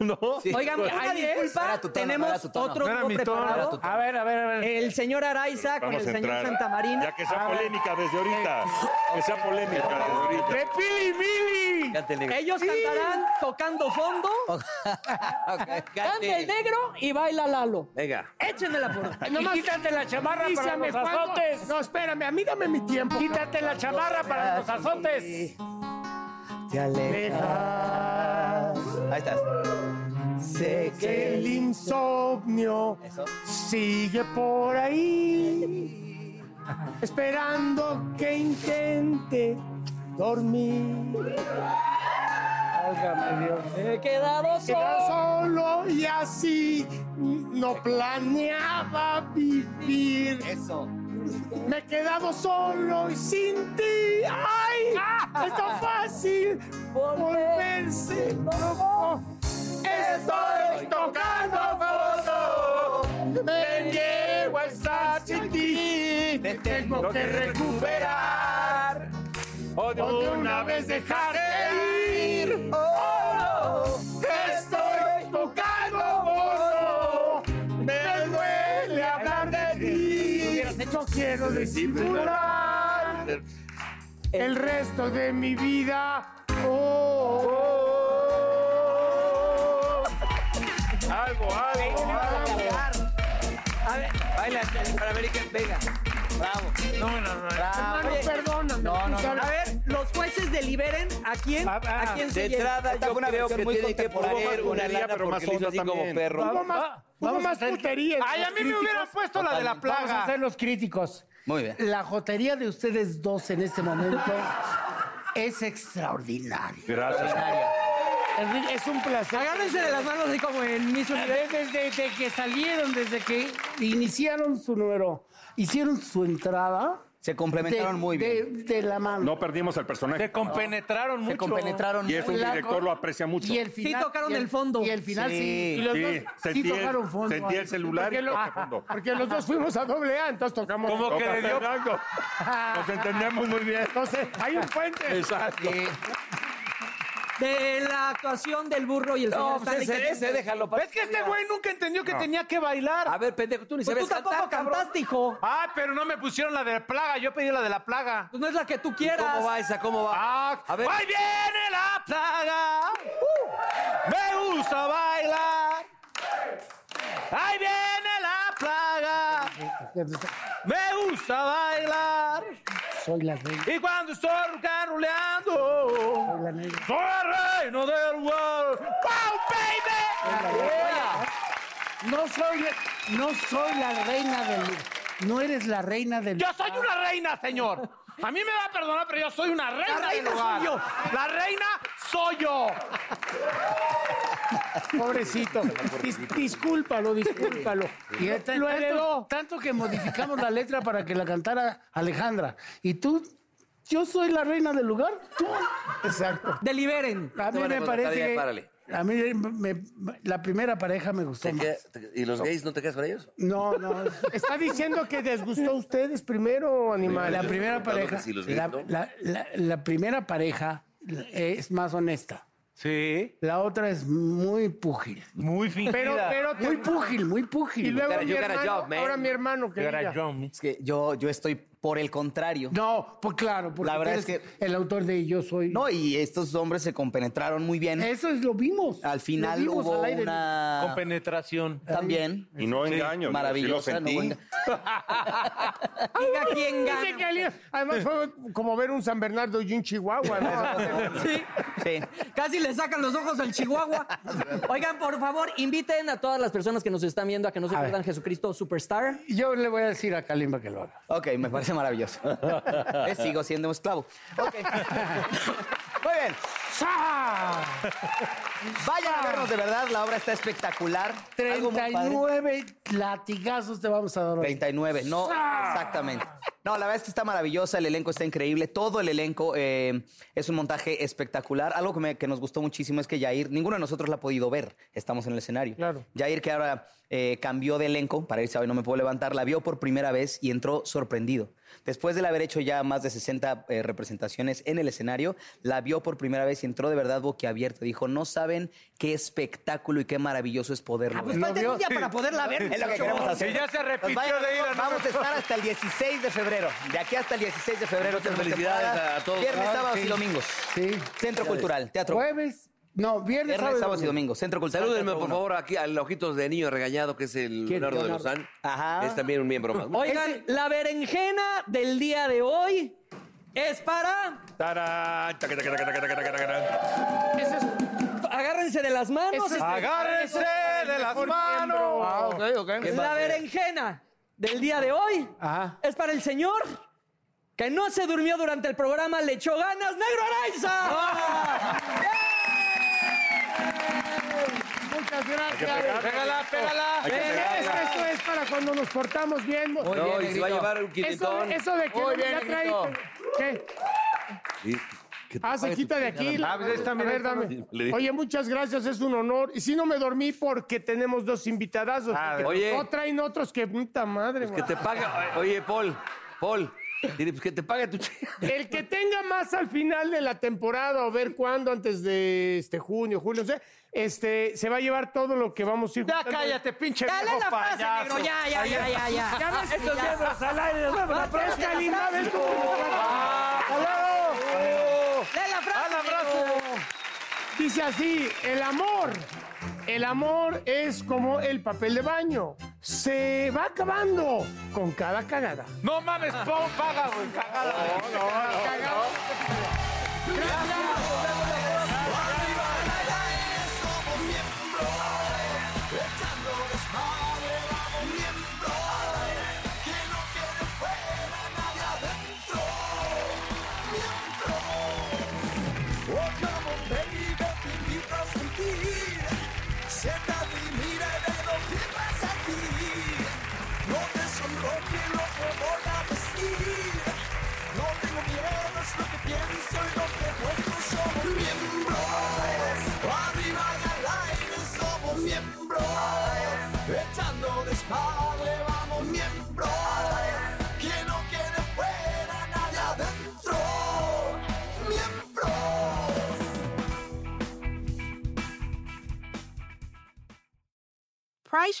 D: ¿No?
E: Oigan, una disculpa. Tenemos otro grupo preparado.
L: A ver, a ver, a ver.
E: El señor Araiza con el
D: Vamos a
E: señor
D: entrar.
E: Santa Marina.
D: Ah, Ya que sea polémica desde ahorita. Que sea polémica desde ahorita.
L: ¡Repili, Mili!
E: Ellos cantarán tocando fondo. Canta el negro y baila Lalo.
B: Venga.
E: Échenme la porra.
A: Y Nomás- quítate la chamarra para los azotes.
L: No, espérame, a mí dame mi tiempo.
A: Quítate la chamarra para los azotes.
N: Te alejas.
M: Ahí estás.
A: Sé que el insomnio sigue por ahí, esperando que intente dormir. Válgame Dios.
E: He quedado
A: He solo y así no planeaba vivir.
M: Eso.
A: Me he quedado solo y sin ti. ¡Ay!
E: Ah.
A: Es tan fácil volverse loco. Estoy tocando fondo. Me niego a estar sin ti. Me tengo que recuperar. O de una vez dejar de ir. Oh, estoy tocando fondo. Me duele hablar de ti. No quiero disimular el resto de mi vida. Oh,
C: Algo, algo, algo.
B: A ver, baila para American Vega. Bravo.
C: No me la
E: Hermano,
B: Oye,
E: perdóname.
B: no, no, no.
E: A ver, los jueces deliberen a quién, a quién se
B: Ah, de
E: lleva.
B: entrada, yo creo que tiene que poner una lana pero más Ah, hizo así como perro.
A: Hubo más putería.
L: Ay,
A: a mí me hubieran puesto la de la plaga.
L: Vamos a ser los críticos.
M: Muy bien.
L: La jotería de ustedes dos en este momento es extraordinaria.
D: Gracias.
L: Enrique, Es un placer.
E: Agárrense de las manos, así como en Miss Universo.
L: Desde, desde que salieron, desde que iniciaron su número, hicieron su entrada.
M: Se complementaron muy
L: bien. De, de la mano.
D: No perdimos al personaje.
L: Se compenetraron
D: No.
L: Se mucho. compenetraron
D: Y es un
L: mucho.
D: director, lo aprecia mucho.
L: Y el final, y
E: fondo.
L: Y el final sí.
D: Sí.
L: Y los
D: Sí,
L: dos
D: sentí el-
L: tocaron fondo.
D: sentí el celular y
L: Porque lo-
D: toqué fondo.
A: Porque los dos fuimos a doble A, entonces tocamos.
D: Como que le dio- Exacto.
A: Nos
D: entendemos muy bien.
A: Entonces, hay un puente.
D: Exacto.
E: De la actuación del burro y el
B: No,
E: señor
B: pues
E: Stanley.
B: ese, ese, déjalo.
C: Es que este güey nunca entendió que
B: No.
C: tenía que bailar.
B: A ver, pendejo, tú ni
E: Pues
B: sabes
E: tú tampoco
B: cantar, cabrón.
E: cantaste, hijo.
C: Ah, pero no me pusieron la de la plaga. Yo pedí la de la plaga.
E: Pues no es la que tú
B: ¿Y
E: quieras.
B: ¿Cómo va esa? ¿Cómo va?
C: Ah,
B: A ver.
C: ¡Ahí viene la plaga!
B: Uh.
C: ¡Me gusta bailar! ¡Ahí viene la plaga! ¡Me gusta bailar!
L: Soy la reina.
C: Y cuando estoy caroleando, soy el reino del world. ¡Wow, baby!
L: No soy, no soy la reina del. No eres la reina del.
C: Yo soy una reina, señor. A mí me va a perdonar, pero yo soy una reina. La reina soy yo. La reina soy yo.
A: Pobrecito. Dis- discúlpalo, discúlpalo.
L: Y es tan-
A: Lo
L: tanto,
A: heredó.
L: tanto que modificamos la letra para que la cantara Alejandra. Y tú, yo soy la reina del lugar. Tú.
A: Exacto.
E: Deliberen.
L: A mí
B: van a contratar
L: me parece.
B: ya,
L: que-
B: párale.
L: a mí me- me- la primera pareja me gustó
B: ¿Te
L: más.
B: queda- te- ¿Y los gays no te quedas con ellos?
L: No, no.
A: Está diciendo que desgustó a ustedes primero, animal.
L: La primera
B: contando
L: pareja.
B: que sí los
L: La,
B: vi, ¿no?
L: la- la- la primera pareja es más honesta.
C: Sí.
L: La otra es muy púgil.
C: Muy fingida.
A: Pero, pero.
L: Muy púgil, muy púgil.
A: y luego mi
B: you got a
A: hermano,
B: job, man.
A: ahora mi hermano que diga.
M: Es que yo, yo estoy por el contrario.
L: No, pues claro, porque
M: La verdad
L: tú eres
M: es
L: el autor de Yo soy.
M: No, y estos hombres se compenetraron muy bien.
L: Eso es lo vimos.
M: Al final
L: Lo vimos
M: hubo
L: al aire.
C: Con
M: una...
C: penetración.
M: También.
D: Y no engaño. Maravilloso.
M: Maravillosa. no
D: lo sentí.
M: hubo enga-
E: Diga quién
A: Dice que
E: gana.
A: alguien- Además fue como ver un San Bernardo y un Chihuahua. ¿no?
E: Sí.
M: Sí.
E: Casi le sacan los ojos al Chihuahua. Oigan, por favor, inviten a todas las personas que nos están viendo a que no se
L: A ver.
E: pierdan Jesucristo Superstar.
L: Yo le voy a decir a Kalimba que lo haga.
M: Ok, me parece maravilloso. Eh, Sigo siendo un esclavo. Ok. Muy bien. Vayan a vernos, de verdad, la obra está espectacular. Algo muy padre.
L: 39 latigazos te vamos a dar hoy.
M: 39, no, exactamente. No, la verdad es que está maravillosa, el elenco está increíble, todo el elenco eh, es un montaje espectacular. Algo que, me- que nos gustó muchísimo es que Yair, ninguno de nosotros la ha podido ver, estamos en el escenario.
A: Claro.
M: Yair, que ahora eh, cambió de elenco para irse a hoy, no me puedo levantar, la vio por primera vez y entró sorprendido. Después de haber hecho ya más de 60 eh, representaciones en el escenario, la vio por primera vez y entró de verdad boquiabierta. Dijo, no saben qué espectáculo y qué maravilloso es poderlo ver".
E: Ah, pues falta un día para poderla ver.
M: Es lo que queremos hacer.
E: Y ya se repitió
M: Pues vayan,
E: de ida, ¿no?
M: Vamos a estar hasta el 16 de febrero. De aquí hasta el 16 de febrero.
L: Muchas
M: tenemos
L: felicidades
M: temporada.
L: a todos.
M: Viernes,
L: Ah,
M: sábados
L: sí.
M: y domingos. Centro Cultural, Teatro.
L: Jueves. No, viernes,
M: Viernes,
L: sábado,
M: sábados y domingos. Centro Cultural.
B: Salúdenme,
M: Teatro
B: por
M: Uno.
B: favor, aquí al Ojitos de Niño Regañado, que es el
M: ¿Quién?
B: Leonardo de
M: Leonardo.
B: Lozán.
M: Ajá.
B: Es también un miembro más.
E: Oigan, la berenjena del día de hoy es para.
D: ¡Tarán! Taca, taca, taca, taca, taca, taca, taca.
E: Agárrense de las manos. este,
C: Ese es- Agárrense de las
E: Mejor
C: manos.
E: miembro.
C: Ah, ok, ok. ¿Qué Ah. va
E: La
C: a ser?
E: berenjena del día de hoy es para el señor que no se durmió durante el programa, le echó ganas, Negro Araiza.
C: Ah.
A: Muchas gracias.
C: Hay que pegarla, Pégala, pégala.
A: Hay que pegarla. Esto es para cuando nos portamos bien.
B: Muy No, bien, y se va a Negrito. llevar un
A: Eso,
B: quinientón.
A: eso de que
B: Muy
A: no,
B: bien,
A: ya traí.
B: Negrito.
A: ¿Qué? Ah, se quita de aquí.
C: Ah, pues esta,
A: A
C: mira,
A: ver,
C: esta
A: dame.
C: no- Le dije.
A: Oye, muchas gracias, es un honor. Y si no me dormí porque tenemos dos invitadazos. porque
B: oye.
A: No traen otros que puta madre.
B: Que
A: güey.
B: te paga. Oye, Paul, Paul, dile, pues que te pague tu chica.
A: El que tenga más al final de la temporada o ver cuándo, antes de este junio, julio, no sé, este, se va a llevar todo lo que vamos a ir.
C: Ya cállate, pinche
A: Dale
C: viejo
A: la frase,
C: payaso.
A: negro, ya, ya,
C: Oye,
A: ya, ya, ya.
C: Ya ves que
A: Estos
C: ya.
A: miembros al aire, nos vemos la
C: Basta,
A: próxima.
C: ya
A: Linda,
C: sabes.
A: ves tú.
C: Ah,
E: ¡Lee la frase!
C: ¡A la frase!
A: Dice así, el amor, el amor es como el papel de baño, se va acabando con cada cagada.
C: No mames, pon paga, güey. Cagada. Cagada.
I: Oh, come on, baby, te invito a sentir. Siéntate y mira y ve lo que pasa aquí. No te sonroje lo que voy a decir. No tengo miedo, es lo que pienso y lo que muestro. Somos miembros. Arriba y al aire somos miembros. Echando desmadre, vamos miembros. Quien no quiere fuera, nadie adentro. Miembros.
O: Price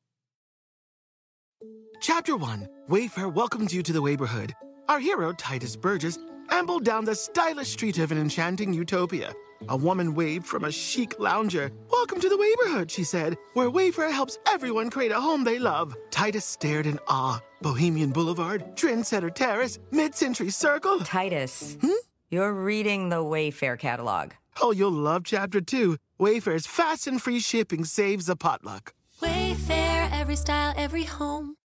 P: Chapter 1 Wayfair welcomes you to the neighborhood. Our hero, Titus Burgess, ambled down the stylish street of an enchanting utopia. A woman waved from a chic lounger. Welcome to the neighborhood, she said, where Wayfair helps everyone create a home they love. Titus stared in awe. Bohemian Boulevard, Trendsetter Terrace, Mid Century Circle. Hmm?
Q: Titus, you're reading the Wayfair catalog.
P: Oh, you'll love Chapter 2. Wayfair's fast and free shipping saves a potluck.
R: Wayfair, every style, every home.